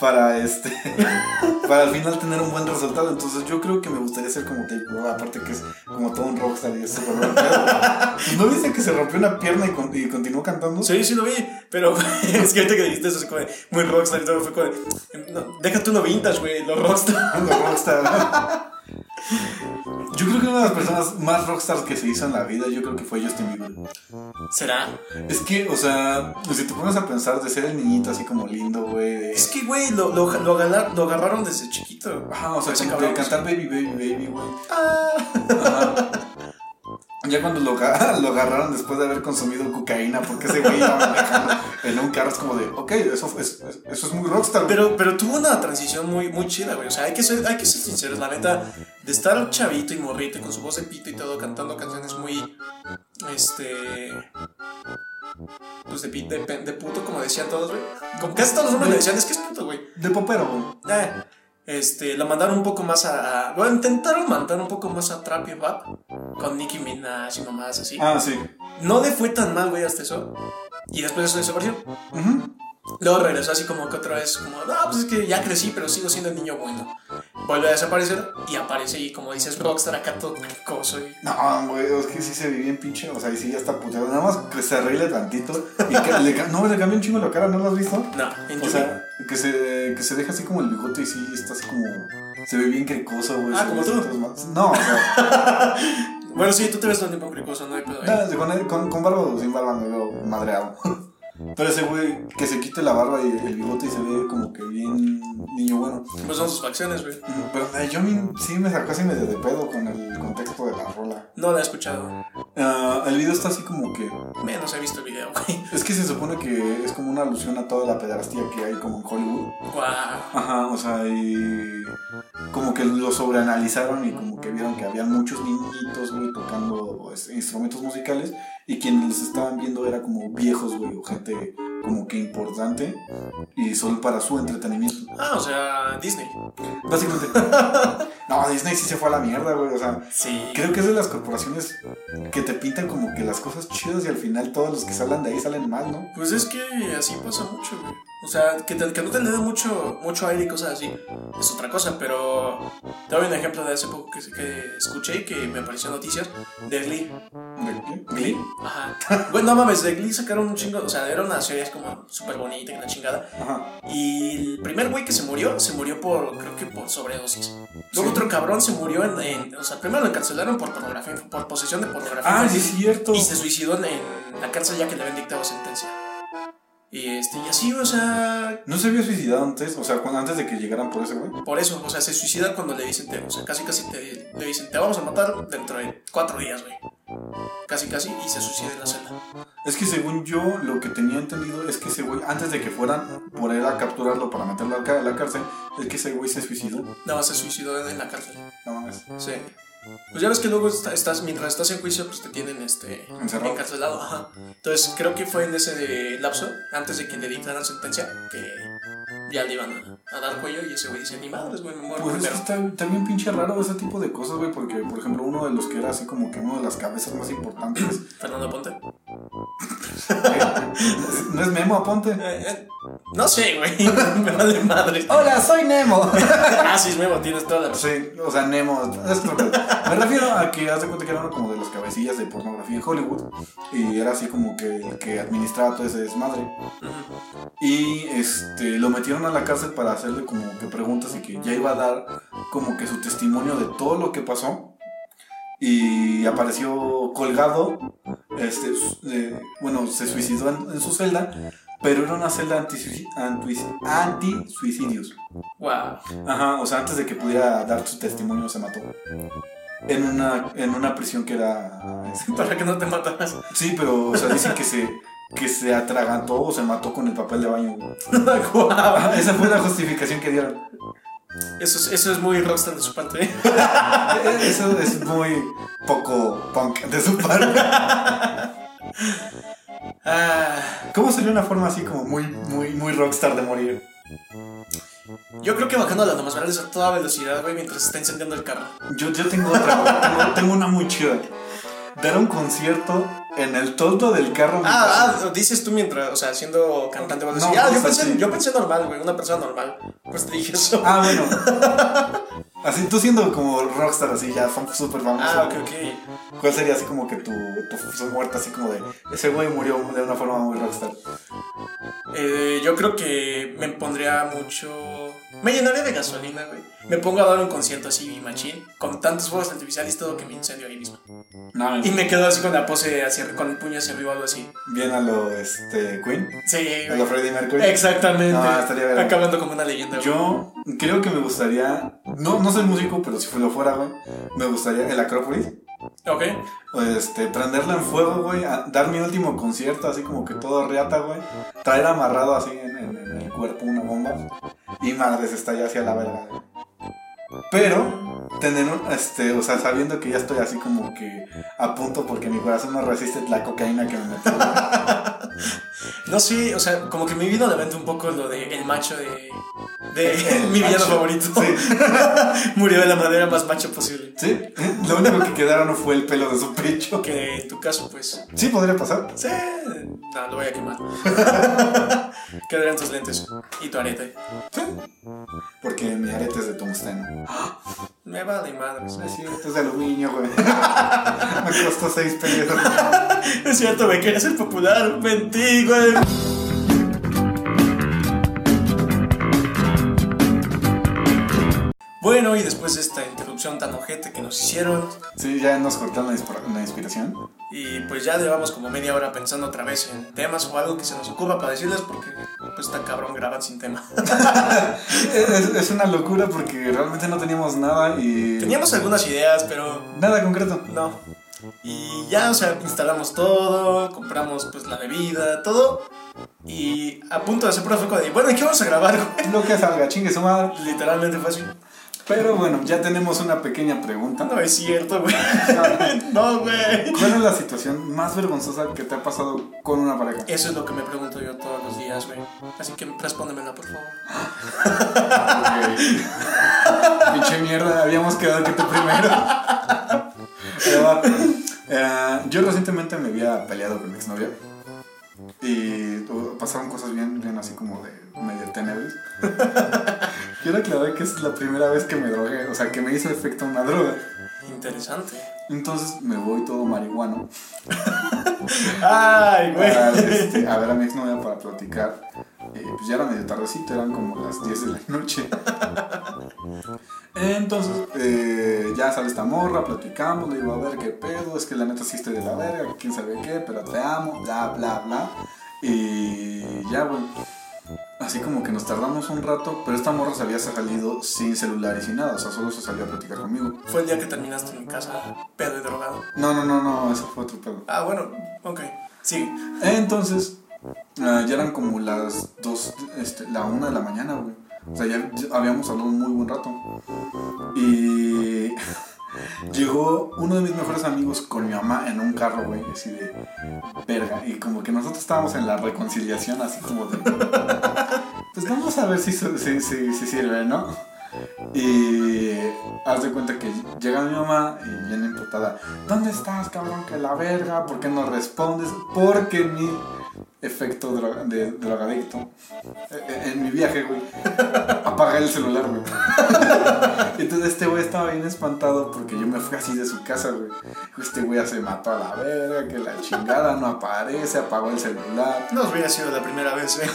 A: para este [LAUGHS] para al final tener un buen resultado. Entonces yo creo que me gustaría ser como Dave Grohl, aparte que es como todo un rockstar y es súper buen pedo. [LAUGHS] ¿No viste que se rompió una pierna y, con- y continuó cantando?
B: Sí, sí lo vi. Pero [LAUGHS] es que ahorita que dijiste eso, es como de muy rockstar y todo. Fue como de. no, déjate uno vintage, güey. Lo rockstar.
A: Una rockstar. Yo creo que una de las personas más rockstars que se hizo en la vida, yo creo que fue Justin Bieber.
B: ¿Será?
A: Es que, o sea, si te pones a pensar de ser el niñito así como lindo, güey. de-
B: Es que, güey, lo, lo, lo, agarra- lo agarraron desde chiquito.
A: Ajá, o sea,
B: Ese
A: como de
B: cabrón.
A: cantar Baby, Baby, Baby, güey.
B: Ah.
A: Ajá. Ya cuando lo, ga- [LAUGHS] lo agarraron después de haber consumido cocaína, porque ese güey iba manejando en un carro, es como de, ok, eso, fue- es, es- eso es muy rockstar, güey.
B: Pero, pero tuvo una transición muy, muy chida, güey. O sea, hay que, ser, hay que ser sinceros, la neta. De estar chavito y morrito y con su voz de pito y todo, cantando canciones muy. Este. Pues de, pi- de, pe- de puto, como decían todos, güey. Como casi todos los hombres le decían, es que es puto, güey.
A: De popero, güey.
B: Eh, este, lo mandaron un poco más a. a- lo intentaron mandar un poco más a Trap y Rap. Con Nicki Minaj y nomás así.
A: Ah, sí.
B: No le fue tan mal, güey, hasta eso. Y después eso desapareció.
A: Ujú.
B: Luego regresó así como que otra vez, como, no, pues es que ya crecí, pero sigo siendo el niño bueno. Vuelve a desaparecer y aparece y como dices, Rockstar acá todo cricoso y...
A: No, güey, es que sí se ve bien pinche, o sea, y sí ya está puteado. Nada más que se arregle tantito. Y que le, ca- no, le cambió un chingo la cara, ¿no lo has visto?
B: No, en
A: O
B: Yumi.
A: sea, que se, que se deja así como el bigote y sí, está así como. Se ve bien cricoso, güey.
B: Ah,
A: se
B: ¿como
A: ve
B: tú?
A: así todo mal. No, o sea,
B: Bueno, sí, tú te ves todo el tiempo cricoso, no hay pedo. ¿eh?
A: nada, de- con, con, con barba o sin barba me veo madreado. Pero ese güey que se quite la barba y el bigote y se ve como que bien niño bueno.
B: Pues son sus facciones, güey.
A: Pero la de Yomi sí me sacó así medio de pedo con el contexto de la rola.
B: No la he escuchado.
A: Ah, el video está así como que
B: Menos he visto el video, [LAUGHS] güey.
A: Es que se supone que es como una alusión a toda la pederastía que hay como en Hollywood.
B: Guau.
A: Ajá, o sea, y como que lo sobreanalizaron y como que vieron que había muchos niñitos, güey, tocando pues, instrumentos musicales y quienes los estaban viendo era como viejos, güey, o gente como que importante y solo para su entretenimiento.
B: Ah, o sea, Disney.
A: Básicamente. No, Disney sí se fue a la mierda, güey, o sea,
B: Sí.
A: Creo que es de las corporaciones que te pintan como que las cosas chidas y al final todos los que salen de ahí salen mal, ¿no?
B: Pues es que así pasa mucho, güey. O sea, que, te- que no te le dé mucho, mucho aire y cosas así. Es otra cosa, pero te doy un ejemplo de hace poco que, que escuché y que me apareció en noticias de Glee.
A: ¿De qué?
B: ¿Glee? Ajá. Bueno, no mames, de Glee sacaron un chingo. O sea, era una serie como súper bonita y una chingada.
A: Ajá.
B: Y el primer güey que se murió, se murió por, creo que por sobredosis. Luego
A: Sí.
B: otro cabrón se murió en, en- O sea, primero lo encarcelaron por pornografía, por posesión de pornografía.
A: Ah, sí, es cierto.
B: Y se suicidó en, en la cárcel ya que le habían dictado sentencia. Y este, y así, o sea,
A: ¿No se había suicidado antes? O sea, cuando, antes de que llegaran por ese güey.
B: por eso, o sea, se suicida cuando le dicen, te, o sea, casi casi te, le dicen, te vamos a matar dentro de cuatro días, güey. Casi casi, y se suicida en la celda.
A: Es que según yo, lo que tenía entendido es que ese güey, antes de que fueran por él a capturarlo para meterlo a la cárcel, es que ese güey se suicidó.
B: No, se suicidó en la cárcel.
A: No mames.
B: Sí. Pues ya ves que luego está- estás, mientras estás en juicio, pues te tienen este
A: Encerrado.
B: encarcelado. Ajá. Entonces creo que fue en ese lapso, antes de que le dictaran sentencia, que ya le iban a, a dar cuello y ese güey dice, ni madres, güey, me muero
A: Pues es que
B: primero".
A: está también pinche raro ese tipo de cosas, güey, porque, por ejemplo, uno de los que era así como que uno de las cabezas más importantes.
B: Fernando Ponte.
A: no es Memo, aponte.
B: Eh, eh, no sé, güey. [LAUGHS] me vale madre.
A: Hola, soy Nemo.
B: ah, sí, es nuevo, tienes toda la razón.
A: Sí, o sea, Nemo. es otro pedo. Me refiero a que hace cuenta que era uno como de las cabecillas de pornografía en Hollywood. Y era así como que el que administraba todo ese desmadre.
B: Ujú.
A: Y este, lo metieron a la cárcel para hacerle como que preguntas y que ya iba a dar como que su testimonio de todo lo que pasó. Y apareció colgado. Este, s- eh, bueno, se suicidó en, en su celda. Pero era una celda anti- anti- anti-suicidios.
B: Wow.
A: Ajá, o sea, antes de que pudiera dar su testimonio se mató. En una, en una prisión que era...
B: Para que no te [LAUGHS] matas.
A: Sí, pero, o sea, dicen que se, que se atragantó o se mató con el papel de baño. güey.
B: Guau.
A: Esa fue la justificación que dieron.
B: Eso, es- eso es muy rockstar de su parte. ¿eh?
A: Eso es muy poco punk de su parte.
B: Ah,
A: ¿Cómo sería una forma así como muy, muy, muy rockstar de morir?
B: yo creo que bajando las demostrables a toda velocidad, güey, mientras se está incendiando el carro.
A: Yo, yo tengo otra, güey. tengo, tengo una muy chida. Dar un concierto en el toldo del carro.
B: Ah, ah, dices tú mientras, o sea, siendo cantante o algo así.
A: No,
B: Ah,
A: no
B: yo
A: es
B: pensé,
A: así.
B: yo pensé normal, güey, una persona normal. Pues te dije eso.
A: Ah, bueno. [LAUGHS] Así, tú siendo como rockstar, así ya, fam- súper famoso.
B: Ah, ok, ok.
A: ¿Cuál sería así como que tu, tu, su muerte, así como de ese güey murió de una forma muy rockstar?
B: Eh, yo creo que me pondría mucho. Me llenaría de gasolina, güey. Me pongo a dar un concierto así, machín, con tantos fuegos artificiales, todo que me incendio ahí mismo.
A: No,
B: Y me quedo así con la pose hacia, con el puño hacia arriba o algo así.
A: Bien a lo este, Queen,
B: Sí,
A: a lo
B: güey.
A: Freddie Mercury.
B: Exactamente.
A: No, estaría verga.
B: Acabando como una leyenda, güey.
A: Yo creo que me gustaría, no, no soy músico, pero si lo fuera, güey, me gustaría el Acrópolis,
B: Ok.
A: o este, prenderlo en fuego, güey, a- dar mi último concierto, así como que todo reata, güey, traer amarrado así en, en- en el cuerpo una bomba, y madres, estallar hacia la verga, güey. Pero, tener un, este, o sea, sabiendo que ya estoy así como que a punto porque mi corazón no resiste la cocaína que me metió, güey.
B: No, sí, o sea, como que me vino a la mente un poco lo de el macho de. de
A: [LAUGHS] El
B: [LAUGHS] [LAUGHS] mi villano
A: macho.
B: favorito.
A: Sí,
B: Murió de la manera más macho posible.
A: sí, lo único que quedaron fue el pelo de su pecho.
B: Que en tu caso, pues.
A: Sí, podría pasar.
B: Sí. No, lo voy a [LAUGHS] quemar. Quedarían tus lentes y tu arete.
A: Sí. Porque mi arete es de tungsteno.
B: Me vale madre.
A: No es cierto, es de aluminio, güey. Me costó seis pesos.
B: [LAUGHS] Es cierto, me quería ser popular. Mentí, güey. Bueno, y después de esta interrupción tan ojete que nos hicieron,
A: Sí, ya nos cortaron la, inspira- la inspiración.
B: Y pues ya llevamos como media hora pensando otra vez en temas o algo que se nos ocurra para decirles porque pues tan cabrón grabar sin tema.
A: Es, es una locura porque realmente no teníamos nada y.
B: Teníamos algunas ideas, pero
A: Nada concreto.
B: no. Y ya, o sea, instalamos todo, compramos pues la bebida, todo. Y a punto de hacer pura fue como de, bueno, ¿y qué vamos a grabar? güey?".
A: Lo que salga, chingue su madre.
B: Literalmente fue así.
A: Pero bueno, ya tenemos una pequeña pregunta.
B: [LAUGHS] No es cierto, güey. No, güey.
A: ¿Cuál es la situación más vergonzosa que te ha pasado con una pareja?
B: Eso es lo que me pregunto yo todos los días, güey. Así que respóndemela, por favor.
A: Ok. [LAUGHS] Pinche mierda, habíamos quedado que tú primero. Pero va. Eh, yo recientemente me había peleado con mi exnovia. Y uh, pasaron cosas bien, bien así como de medio tenebres. [LAUGHS] Quiero aclarar que es la primera vez que me drogué, o sea, que me hizo efecto una droga.
B: Interesante.
A: Entonces me voy todo marihuano
B: Ay, güey.
A: a, este, a ver a mi exnovia para platicar. Eh, pues ya era medio tardecito, eran como las 10 de la noche. [LAUGHS] Entonces, eh, ya sale esta morra, platicamos, le digo, a ver qué pedo, es que la neta sí estoy de la verga, que quién sabe qué, pero te amo, bla, bla, bla. Y ya, güey. Así como que nos tardamos un rato, pero esta morra se había salido sin celular y sin nada, o sea, solo se salió a platicar conmigo.
B: Fue el día que terminaste en mi casa, pedo y drogado.
A: No, no, no, no, eso fue otro pedo.
B: Ah, bueno, ok. Sí.
A: Entonces, ah, ya eran como las 2, este, la 1 de la mañana, güey. O sea, ya, ya habíamos hablado un muy buen rato. Y [LAUGHS] llegó uno de mis mejores amigos con mi mamá en un carro, güey, así de verga. Y como que nosotros estábamos en la reconciliación, así como de. Pues vamos a ver si, su- si, si, si sirve, ¿no? Y haz de cuenta que llega mi mamá y viene emputada. ¿Dónde estás, cabrón? Que la verga, ¿por qué no respondes? Porque mi efecto droga- de drogadicto eh, eh, en mi viaje, güey, [LAUGHS] apaga el celular, güey. [LAUGHS] Entonces este güey estaba bien espantado porque yo me fui así de su casa, güey. Este güey ya se mató a la verga, que la chingada no aparece, apagó el celular.
B: No hubiera sido la primera vez, ¿eh?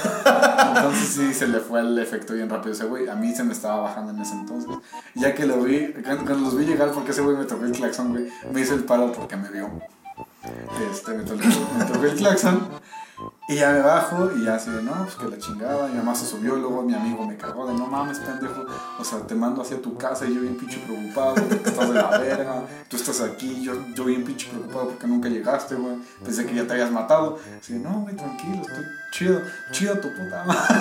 A: Entonces sí, se le fue el efecto bien rápido ese güey. A mí se me estaba bajando en ese entonces. Ya que lo vi, cuando, cuando los vi llegar, porque ese güey me tocó el claxon, güey, me hizo el paro porque me vio. Este, me tocó, me tocó el claxon. Y ya me bajo y ya así de, no, pues que la chingada. Mi mamá se subió, luego mi amigo me cagó de, no mames, pendejo. O sea, te mando hacia tu casa y yo bien pinche preocupado, porque estás de la verga. Tú estás aquí, yo, yo bien pinche preocupado porque nunca llegaste, güey. Pensé que ya te habías matado. Así de, no, güey, tranquilo, estoy chido, chido tu puta madre.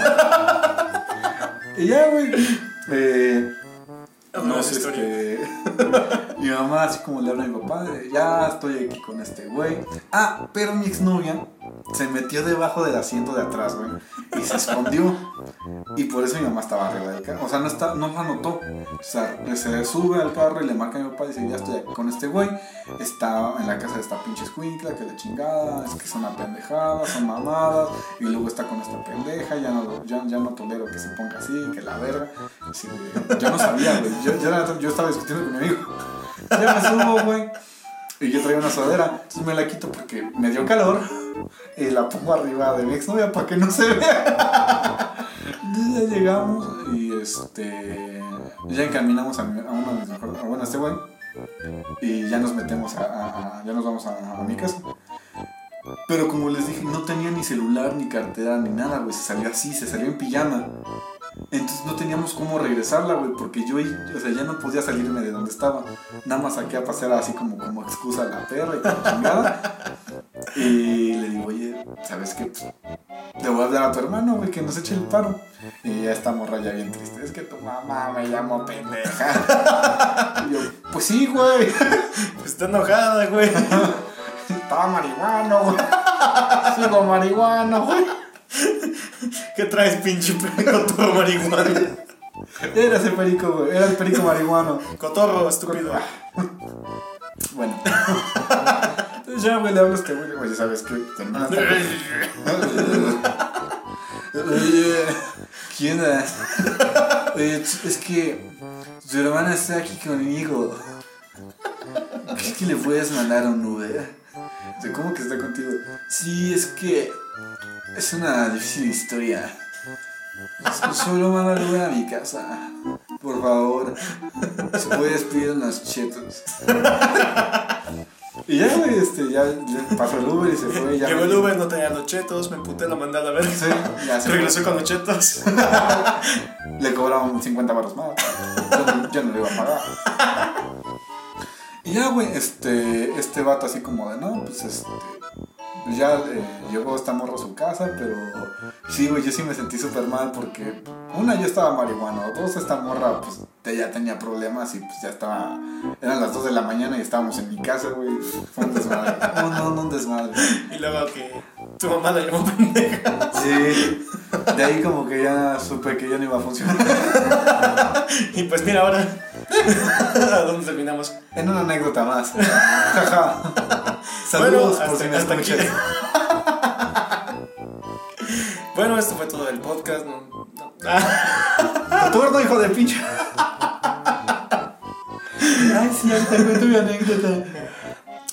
A: [LAUGHS] y ya, güey. Eh, no sé, este, [LAUGHS] mi mamá así como le habla a mi papá, de, ya estoy aquí con este güey. Ah, pero mi exnovia se metió debajo del asiento de atrás, güey, y se escondió. Y por eso mi mamá estaba arriba del carro, o sea, no, está, no la notó. O sea, se sube al carro y le marca a mi papá y dice, ya estoy aquí con este güey. Está en la casa de esta pinche escuincla, que la chingada, es que son una pendejada, son mamadas. Y luego está con esta pendeja, ya no, ya, ya no tolero que se ponga así, que la verga. Sí, güey. yo no sabía, güey. Yo, yo, era- yo estaba discutiendo con mi amigo. Ya me subo, güey. Y yo traía una sudadera. Entonces me la quito porque me dio calor. Y la pongo arriba de mi exnovia para que no se vea. Entonces ya llegamos y este. Ya encaminamos a, mi- a uno de mis mejores. Bueno, a este güey. Y ya nos metemos a. a- a- ya nos vamos a, a mi casa. Pero como les dije, no tenía ni celular, ni cartera, ni nada, güey. Se salió así, se salió en pijama. Entonces no teníamos cómo regresarla, güey, porque yo ahí, o sea, ya no podía salirme de donde estaba. Nada más saqué a pasear así como, como excusa a la perra y la chingada. Y le digo, oye, ¿sabes qué? Pues, le voy a hablar a tu hermano, güey, que nos eche el paro. Y ya esta morra ya bien triste. Es que tu mamá me llamó pendeja. [LAUGHS] Y yo, pues sí, güey.
B: Está enojada, güey.
A: Estaba marihuano, güey. [LAUGHS] Sigo marihuano, güey.
B: ¿Qué traes, pinche [LAUGHS] cotorro marihuana?
A: Era ese perico, güey. Era el perico marihuano.
B: Cotorro, estúpido.
A: Bueno. [LAUGHS] Entonces ya, güey, le hablo a este güey. Oye, ¿sabes qué? Termina esta Oye, ¿qué onda? Oye, ch- es que tu hermana está aquí conmigo. ¿Crees que le puedes mandar un Uber? O sea, ¿Cómo que está contigo? Sí, es que es una difícil historia. S- Solo manda Uber a mi casa. Por favor, si puedes pedir unos chetos. Y ya, güey, este, ya le pasó el Uber y se fue. y Ya
B: Llegó
A: me-
B: el Uber, no tenía los chetos, me emputé, lo mandé a la verga. [LAUGHS]
A: Sí, ya se fue.
B: Regresó con los chetos.
A: Le cobraron 50 baros más. Yo no, yo no le iba a pagar. Y ya, güey, este, este vato así como de, no, pues este. pues Ya eh, llegó esta morra a su casa, pero sí, güey, yo sí me sentí súper mal porque, una, yo estaba marihuano, dos, esta morra, pues te- ya tenía problemas y pues ya estaba. Eran las 2 de la mañana y estábamos en mi casa, güey. Fue un [LAUGHS] desmadre. No, Oh, no, no, un desmadre.
B: Y luego que tu mamá la llamó [LAUGHS] pendeja.
A: Sí, de ahí como que ya supe que ya no iba a funcionar.
B: Y pues mira ahora. [LAUGHS] ¿A dónde terminamos?
A: En una anécdota
B: [LAUGHS]
A: más. Jaja. Saludos
B: Bueno,
A: por si me
B: [LAUGHS] hasta- hasta aquí.
A: escuchas.
B: Bueno, esto fue todo el podcast. ¿no? Ah,
A: Turno, hijo de pinche. Ay, cierto, güey, tuve anécdota.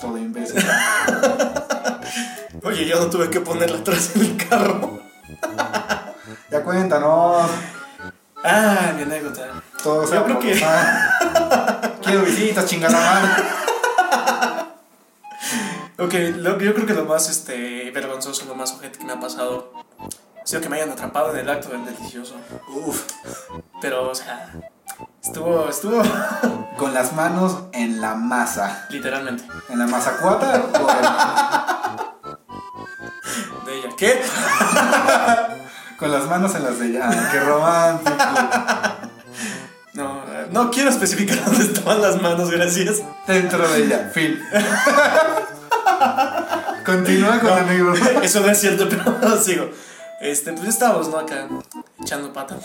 A: Todo imbécil.
B: Oye, yo no tuve que ponerla atrás en el carro.
A: Ya cuenta, no.
B: Ah, mi anécdota.
A: Todo sea
B: Yo creo
A: por-
B: que-
A: Ah, Quiero visitas, chingada madre.
B: Ok, lo- yo creo que lo más este, vergonzoso, lo más ojete que me ha pasado ha sido que me hayan atrapado en el acto del delicioso.
A: Uf.
B: Pero, o sea, estuvo, estuvo [LAUGHS]
A: Con las manos en la masa.
B: literalmente
A: ¿En la masa cuata? o
B: [LAUGHS]
A: en-
B: de ella. ¿Qué?
A: Con las manos en las de ella. Ah, Qué romántico.
B: No, eh, no quiero especificar [LAUGHS] dónde estaban las manos, gracias. [LAUGHS]
A: Dentro de ella. Fin. Continúa con la anécdota.
B: Eso no es cierto, [LAUGHS] pero sigo. Este, pues estábamos, ¿no? Acá echando pata,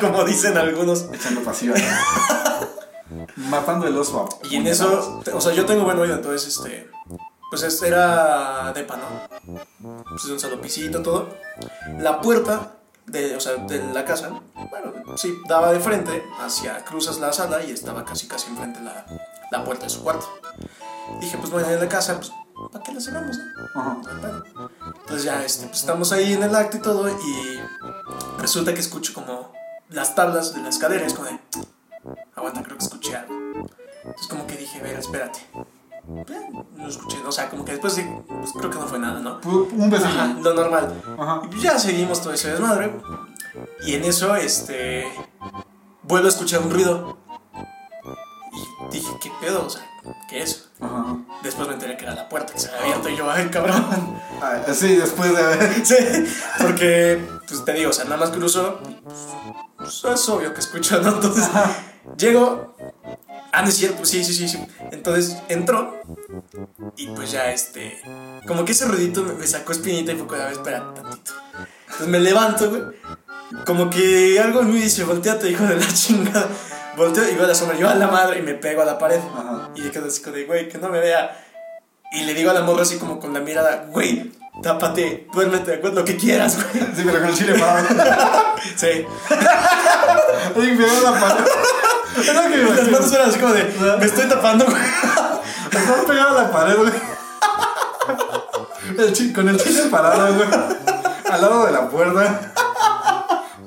B: [LAUGHS] como dicen algunos.
A: Echando pasión. [LAUGHS] Matando el oso. a
B: Y en
A: puñetazos.
B: eso, o sea, yo tengo buen oído, entonces, este, pues este era de pano. Pues un solo pisito, todo. La puerta de, o sea, de la casa, bueno, sí, daba de frente hacia, cruzas la sala y estaba casi, casi enfrente la, la puerta de su cuarto. Dije, pues bueno, en la casa, pues, ¿para qué la cerramos? eh? no?
A: Ajá.
B: Bueno, Entonces ya este, pues, estamos ahí en el acto y todo y resulta que escucho como las tablas de la escalera y es como de, aguanta, creo que escuché algo. Entonces como que dije, ver, espérate. Eh, No escuché, o sea, como que después sí, pues, creo que no fue nada, ¿no? Pues,
A: Pu- Un
B: Ajá,
A: besillo.
B: lo normal.
A: Ajá.
B: Y pues ya seguimos todo ese desmadre. Y en eso, este. Vuelvo a escuchar un ruido. Y dije, ¿qué pedo? O sea, ¿qué es?
A: Ajá.
B: Después me enteré que era la puerta que se había abierto y yo, ay, cabrón.
A: Ah, sí, después de haber. [LAUGHS]
B: [LAUGHS] Sí, porque, pues te digo, o sea, nada más cruzo, pues, es obvio que escucho, ¿no? Entonces, llego, ah, no es cierto, sí, sí, sí, sí. Entonces, entró y pues ya, este, como que ese ruidito me, me sacó espinita y fue como, a ver, espera tantito. Entonces me levanto, güey, como que algo en mí dice, volteate, hijo de la chingada. Volteo y veo la sombra, yo a la madre y me pego a la pared.
A: Ajá.
B: Y yo quedo así como de, güey, que no me vea. Y le digo a la morra así como con la mirada, güey, tápate, duérmete, haz lo que quieras, güey. [LAUGHS]
A: Sí, pero con el chile para abajo.
B: Sí.
A: Ay, me veo la pared. Es lo que me
B: Las manos
A: imagino.
B: eran así como de, me estoy tapando, güey. [LAUGHS]
A: Estás pegado a la pared, güey. El chi- con el chile parado, güey. Al lado de la puerta.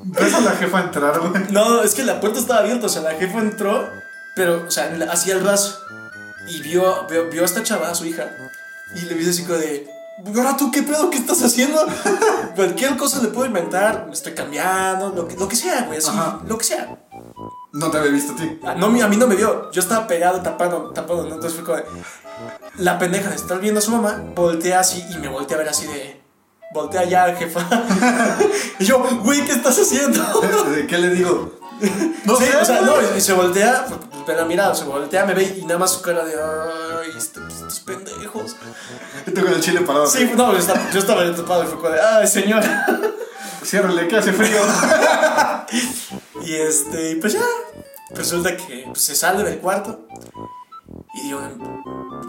A: Ves a la jefa entrar, güey.
B: No, es que la puerta estaba abierta, o sea, la jefa entró, pero, o sea, la- hacia el brazo. Y vio, vio, vio a esta chava, a su hija, y le dice así como de, ahora tú, ¿qué pedo? ¿Qué estás haciendo? [LAUGHS] Cualquier cosa le puedo inventar, me estoy cambiando, lo que, lo que sea, güey, así,
A: Ajá.
B: lo que sea.
A: No te había visto a ti.
B: Ah, No, mi- a mí no me vio. Yo estaba pegado, tapado, tapado. ¿no? Entonces fue como. de- La pendeja de estar viendo a su mamá, voltea así y me voltea a ver así de. Voltea
A: [LAUGHS]
B: ya, jefa. y yo, güey, ¿qué estás haciendo?
A: ¿Qué le digo? No
B: Sí,
A: sé,
B: o sea,
A: güey.
B: no, y- y se voltea, pero mira, se voltea, me ve y nada más su cara de. Ay, este- estos pendejos.
A: Y tú con el chile parado.
B: Sí, no, yo estaba, yo estaba tapado y fue como de. Ay, señora.
A: Ciérrale, que hace frío.
B: Y este, y pues ya. Resulta que pues, se sale del cuarto. Y digo,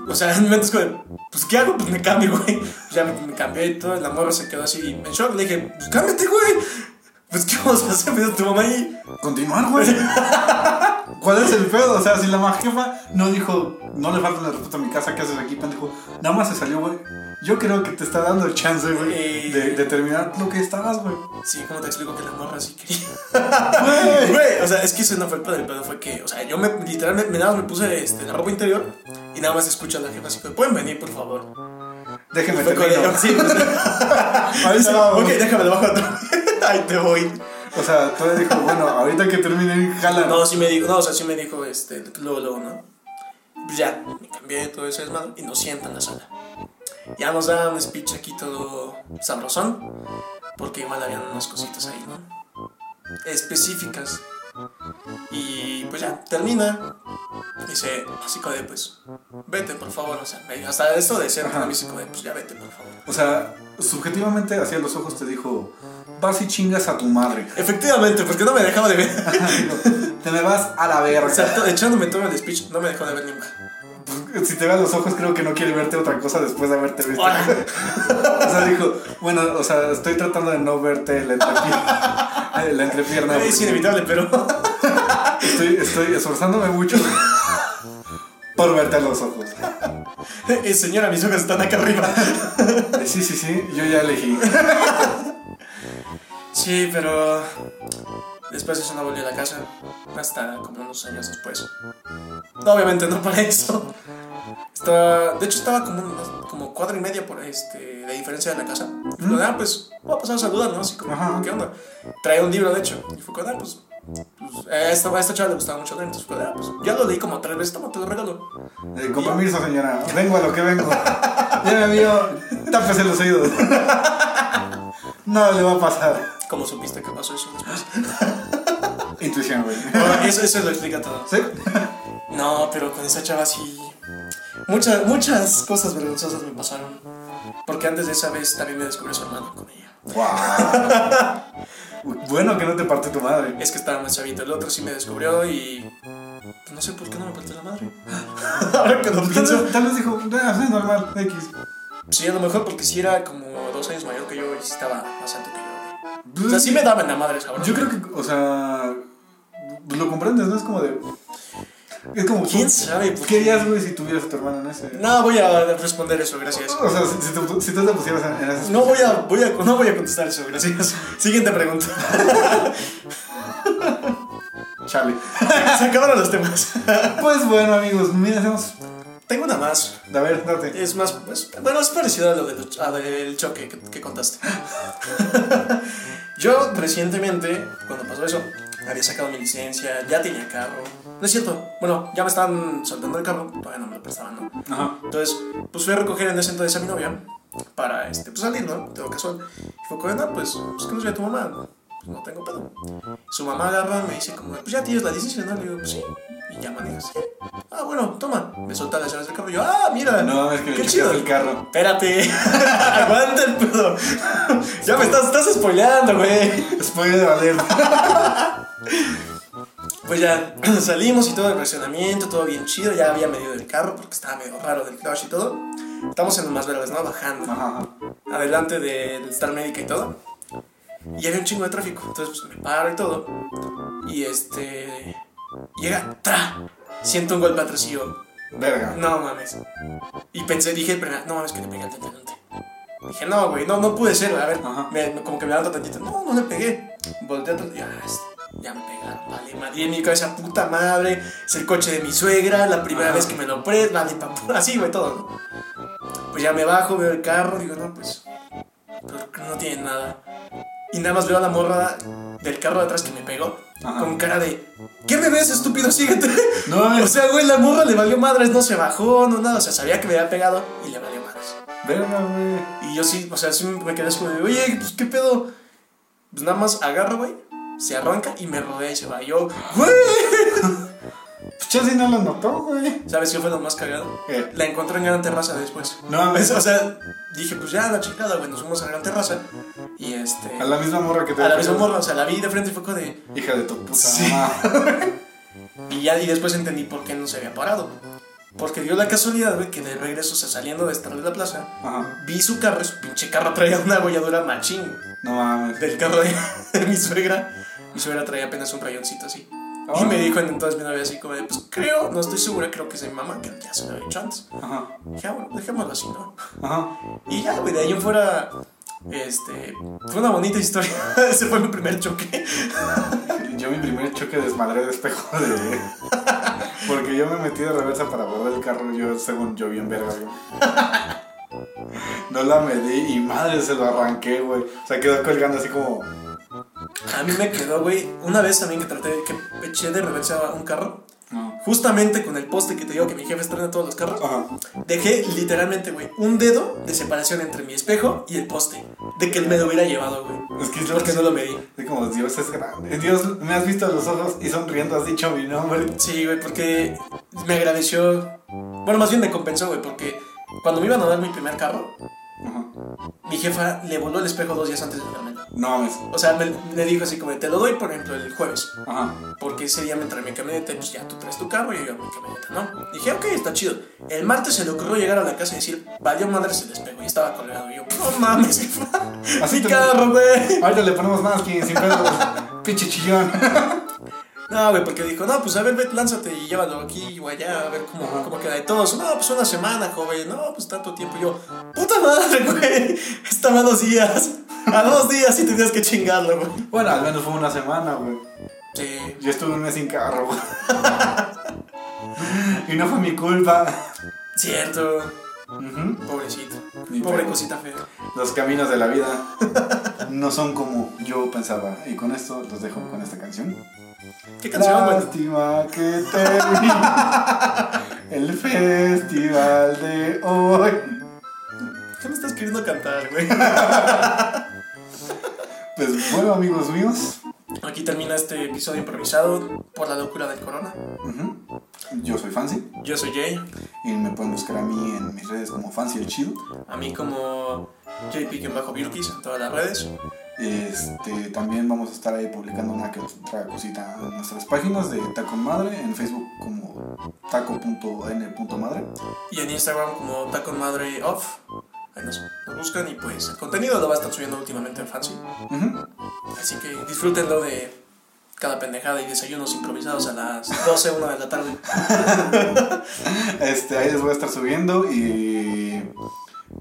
B: o sea, [LAUGHS] en mi mente es como, pues ¿qué hago? Pues me cambio, güey. Ya me, me cambié y todo. La morra se quedó así en shock. Le dije, pues cámbiate, güey. Pues ¿qué vamos a hacer? Pues, tu mamá ahí.
A: Continuar, güey. ¿Cuál es el pedo? O sea, si la ma- jefa no dijo, no le falta el respeto a mi casa, ¿qué haces aquí, pendejo? Nada más se salió, güey. Yo creo que te está dando el chance, güey,
B: Eh.
A: de, de terminar lo que estabas, güey.
B: Sí, ¿cómo te explico que la morra así quería?
A: Güey.
B: Güey, o sea, es que ese no fue el pedo. El pedo fue que, o sea, yo me, literalmente, nada más me puse este, la ropa interior. Y nada más escucho a la jefa así, como, pueden venir, por favor.
A: Déjeme
B: Fue como de,
A: terminar.
B: [LAUGHS] sí, pues,
A: Ahorita vamos.
B: ok, déjame, lo bajo otra vez. [LAUGHS] Ahí te voy.
A: O sea, todavía dijo, bueno, ahorita que termine, jala.
B: No, sí me dijo, no, o sea, sí me dijo, este, luego, luego, ¿no? Pues ya, me cambié todo ese desmadre y nos sientan en la sala. Ya nos dan un speech aquí todo sabrosón, porque igual habían unas cositas ahí, ¿no? Específicas. Y pues ya, termina. Dice, así como de, pues, vete, por favor, o sea, me- hasta esto de ser,
A: Ajá.
B: me dice como de, pues ya vete, por favor.
A: O sea, subjetivamente, hacia los ojos te dijo, vas y chingas a tu madre.
B: Efectivamente, porque no me dejaba de ver. [LAUGHS]
A: te me vas a la verga.
B: O sea, to- echándome todo el speech, no me dejó de ver nunca.
A: [LAUGHS] si te ve a los ojos, creo que no quiere verte otra cosa después de haberte visto.
B: Ahora.
A: O sea, dijo, bueno, o sea, estoy tratando de no verte el entrepierna.
B: [LAUGHS]
A: Ay, la entrepierna. güey.
B: Es inevitable, pero.
A: Estoy, estoy esforzándome mucho por verte a los ojos.
B: [LAUGHS] Eh, señora, mis ojos están acá arriba.
A: Sí, sí, sí, yo ya elegí.
B: [LAUGHS] Sí, pero. Después eso no volví a la casa. Hasta como unos años después. No, obviamente no para eso. Estaba, de hecho, estaba como, una- como cuadra y media por este, de diferencia de la casa. Y fue, ah, pues voy a pasar a saludar, ¿no? Así como,
A: Ajá.
B: ¿qué onda? Traía un libro, de hecho. Y fue, ah, pues. pues, a, esta, a esta chava le gustaba mucho leer. Entonces fue, ah, pues. Ya lo leí como tres veces, toma, te lo regalo.
A: Eh, con permiso, señora. Vengo a lo que vengo. Ya me vio, tápese los oídos. No le va a pasar.
B: ¿Cómo supiste que pasó eso después?
A: Intuición, güey.
B: Ahora, eso, eso lo explica todo.
A: ¿Sí?
B: [LAUGHS] No, pero con esa chava sí. Muchas, muchas cosas vergonzosas me pasaron. Porque antes de esa vez también me descubrí su hermano con ella.
A: Wow. Bueno que no te parte tu madre.
B: Es que estaba más chavito. El otro sí me descubrió y. pues no sé por qué no me partió la madre. [LAUGHS] Ahora que lo
A: Tal
B: pienso.
A: vez, tal vez dijo, "Ah, es normal, X.
B: Sí, a lo mejor porque sí era como dos años mayor que yo y sí estaba más alto que yo. O sea, sí me daban la madre, ahora.
A: Yo creo que, o sea, pues lo comprendes, ¿no? Es como de. Es como.
B: ¿Quién
A: tú-
B: sabe? por
A: ¿Qué harías, güey, si tuvieras a tu hermana en ese.?
B: No voy a responder eso, gracias.
A: O sea, si, si tú, si tú te pusieras en, en ese.
B: No voy a, voy a, no voy a contestar eso, gracias. Siguiente pregunta.
A: Chale.
B: [LAUGHS] Se acabaron los temas.
A: Pues bueno, amigos, mira, hacemos.
B: Tengo una más.
A: A ver, date.
B: Es más, pues, bueno, es parecido a lo del a del choque que, que contaste. [LAUGHS] Yo recientemente, cuando pasó eso, había sacado mi licencia, ya tenía carro. No es cierto, bueno, ya me estaban soltando el carro, todavía no me lo prestaban, ¿no?
A: Ajá.
B: Entonces, pues fui a recoger en ese entonces a mi novia para este, pues, salir, ¿no? Tengo casual. Y fue como, no, pues, pues que nos vea tu mamá. Pues no tengo pedo. Su mamá agarra, me dice como, pues ya tienes la licencia, ¿no? Le digo, pues sí. Y ya maneja así. Ah, bueno, toma. Me solta las llaves del carro. y Yo, ah, mira.
A: No, es que
B: qué
A: le
B: chido.
A: chido el carro.
B: Espérate. [LAUGHS] Aguanta el pedo. ya me estás, estás spoileando, güey.
A: Spoiler de valer.
B: Pues ya [CLEARS THROAT] salimos y todo el reaccionamiento, todo bien chido. Ya había medio del carro porque estaba medio raro del clutch y todo. Estamos en los más verdes, ¿no? Bajando.
A: Ajá, ajá.
B: adelante del Star Médica y todo. Y había un chingo de tráfico. Entonces pues, me paro y todo. Y este. Llega, ¡tra! Siento un golpe atrás y yo,
A: Verga.
B: no mames. Y pensé, dije, primero, no mames, que le pegué al detonante. Dije, no, güey, no, no pude ser. A ver,
A: Ajá.
B: me- me- como que me da otro tantito. No, no le pegué. Volteé atrás y, ah, este, ya me pegaron. Vale, madre, en mi cabeza, puta madre. Es el coche de mi suegra, la primera
A: Ajá.
B: vez que me lo pre, vale, papu, [LAUGHS] así, güey, todo, ¿no? Pues ya me bajo, veo el carro, digo, no, pues. pues, no tiene nada. Y nada más veo a la morra del carro de atrás que me pegó.
A: Ajá.
B: Con cara de, ¿qué me ves, estúpido? Síguete. [LAUGHS]
A: No
B: O
A: mames.
B: sea, güey, la morra le valió madres, no se bajó, no nada, o sea, sabía que me había pegado y le valió madres.
A: Verga, güey.
B: Y yo sí, o sea, sí me quedé así como de, oye, pues qué pedo. Pues nada más agarro, güey, se arranca y me rodea y se va. Yo, güey,
A: Pues Chelsea no lo notó, güey.
B: ¿sabes qué fue lo más cagado?
A: ¿Qué?
B: La encontré en Gran Terraza después.
A: No mames.
B: Pues, o sea, dije, pues ya, la chingada, güey, nos fuimos a Gran Terraza y este.
A: A la misma morra que te
B: A la misma morra, o sea, la vi de frente y fue como de.
A: Hija de tu puta.
B: Sí.
A: mamá.
B: Y ya y después entendí por qué no se había parado. Porque dio la casualidad, güey, que de regreso, o sea, saliendo de estar de la plaza,
A: Ajá.
B: Vi su carro, su pinche carro traía una bolladura machín
A: No mames.
B: del carro de, [LAUGHS] de mi suegra. Mi suegra traía apenas un rayoncito así. Y
A: Ah.
B: me dijo entonces mi novia así como de, pues creo, no estoy segura, creo que es mi mamá, que ya se lo había hecho antes.
A: Ajá.
B: Dije, ah, bueno, dejémoslo así, ¿no?
A: Ajá.
B: Y ya, güey, de ahí en fuera, este, fue una bonita historia. [LAUGHS] Ese fue mi primer choque.
A: Yo mi primer choque desmadré de espejo de... [LAUGHS] Porque yo me metí de reversa para guardar el carro, yo según yo bien verga, güey. No la medí y madre se lo arranqué, güey. O sea, quedó colgando así como...
B: A mí me quedó, güey, una vez también que traté, que eché de reversa a un carro,
A: No.
B: justamente con el poste que te digo que mi jefe estrena todos los carros.
A: Ajá.
B: Dejé literalmente, güey, un dedo de separación entre mi espejo y el poste. De que él me lo hubiera llevado, güey.
A: Es que es lo
B: Porque
A: que...
B: no lo medí.
A: Es como Dios es grande. Eh, Dios, me has visto a los ojos y sonriendo has dicho mi nombre.
B: Sí, güey, porque me agradeció. Bueno, más bien me compensó, güey, porque cuando me iban a dar mi primer carro,
A: Ajá.
B: mi jefa le voló el espejo dos días antes de darme.
A: No mames.
B: O sea, me, le dijo así como, te lo doy, por ejemplo, el jueves.
A: Ajá.
B: Porque ese día me trae mi camioneta, y pues ya tú traes tu carro y yo llevo mi camioneta, ¿no? Dije, ok, está chido. El martes se le ocurrió llegar a la casa y decir, valió madres el espejo y estaba colgado. Y yo, no mames, [LAUGHS] jefa.
A: Así
B: mi
A: te- [LAUGHS]
B: carro, güey.
A: Ahorita le ponemos más que sin pedo. pinche chillón.
B: No, güey, porque dijo, no, pues a ver, vete, lánzate y llévalo aquí o allá, a ver cómo,
A: Ajá.
B: cómo queda. Y todos, no, pues una semana, joven, no, pues tanto tiempo. Y yo, puta madre, güey, [LAUGHS] estaba a dos días. A dos días y tenías que chingarlo, güey.
A: Bueno, al menos fue una semana, güey.
B: Sí.
A: Yo estuve un mes sin carro, güey. [LAUGHS] Y no fue mi culpa.
B: Cierto,
A: Ujú.
B: pobrecito.
A: Ni
B: Pobre
A: pedo.
B: cosita fea.
A: Los caminos de la vida no son como yo pensaba. Y con esto los dejo con esta canción.
B: ¿Qué canción, güey?
A: Lástima que termina el festival de hoy.
B: ¿Qué me estás queriendo cantar, güey? [LAUGHS]
A: Pues bueno, amigos míos.
B: Aquí termina este episodio improvisado por la locura del corona.
A: Ujú. Yo soy Fancy.
B: Yo soy Jay,
A: Y me pueden buscar a mí en mis redes como Fancy el Chido.
B: a mí como JP bajo Birkis en todas las redes.
A: Este, también vamos a estar ahí publicando una que otra cosita en nuestras páginas de Taco Madre, en Facebook como taco.n.madre.
B: Y en Instagram como Tacon Madre Off. Ahí nos, nos buscan y pues el contenido lo va a estar subiendo últimamente en Fancy.
A: Ujú.
B: Así que disfrútenlo de cada pendejada y desayunos improvisados a las 12, 1 de la tarde.
A: Este, ahí les voy a estar subiendo y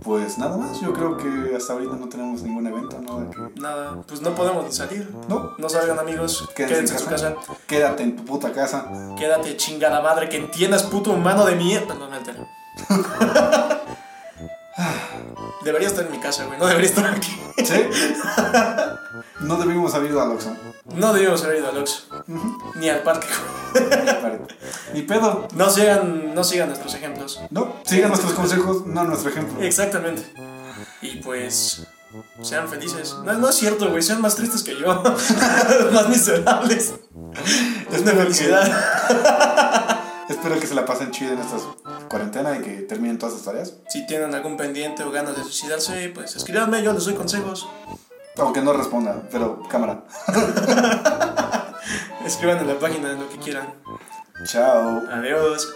A: pues nada más, yo creo que hasta ahorita no tenemos ningún evento, nada que...
B: Nada, pues no podemos ni salir.
A: No,
B: No salgan amigos,
A: Quédense
B: quédense
A: en
B: en su casa.
A: quédate en tu puta casa.
B: Quédate chingada madre que entiendas puto humano de mierda. Perdón, me
A: [LAUGHS]
B: alteré. Debería estar en mi casa, güey. No debería estar aquí.
A: ¿Sí? [LAUGHS] No debimos haber ido al Oxxo.
B: No debíamos haber ido al Oxxo.
A: Ujú. [LAUGHS]
B: Ni al parque, güey.
A: Ni pedo.
B: No sigan, no sigan nuestros ejemplos.
A: No, sigan nuestros consejos, no nuestro ejemplo.
B: Exactamente. Y pues. Sean felices. No, no es cierto, güey. Sean más tristes que yo. [LAUGHS] más miserables. Es una
A: Espero que-
B: felicidad.
A: Espero que se la pasen chido en esta cuarentena y que terminen todas sus tareas.
B: Si tienen algún pendiente o ganas de suicidarse, pues escríbanme. Yo les doy consejos.
A: Aunque no respondan, pero cámara.
B: Escriban en la página lo que quieran.
A: Chao.
B: Adiós.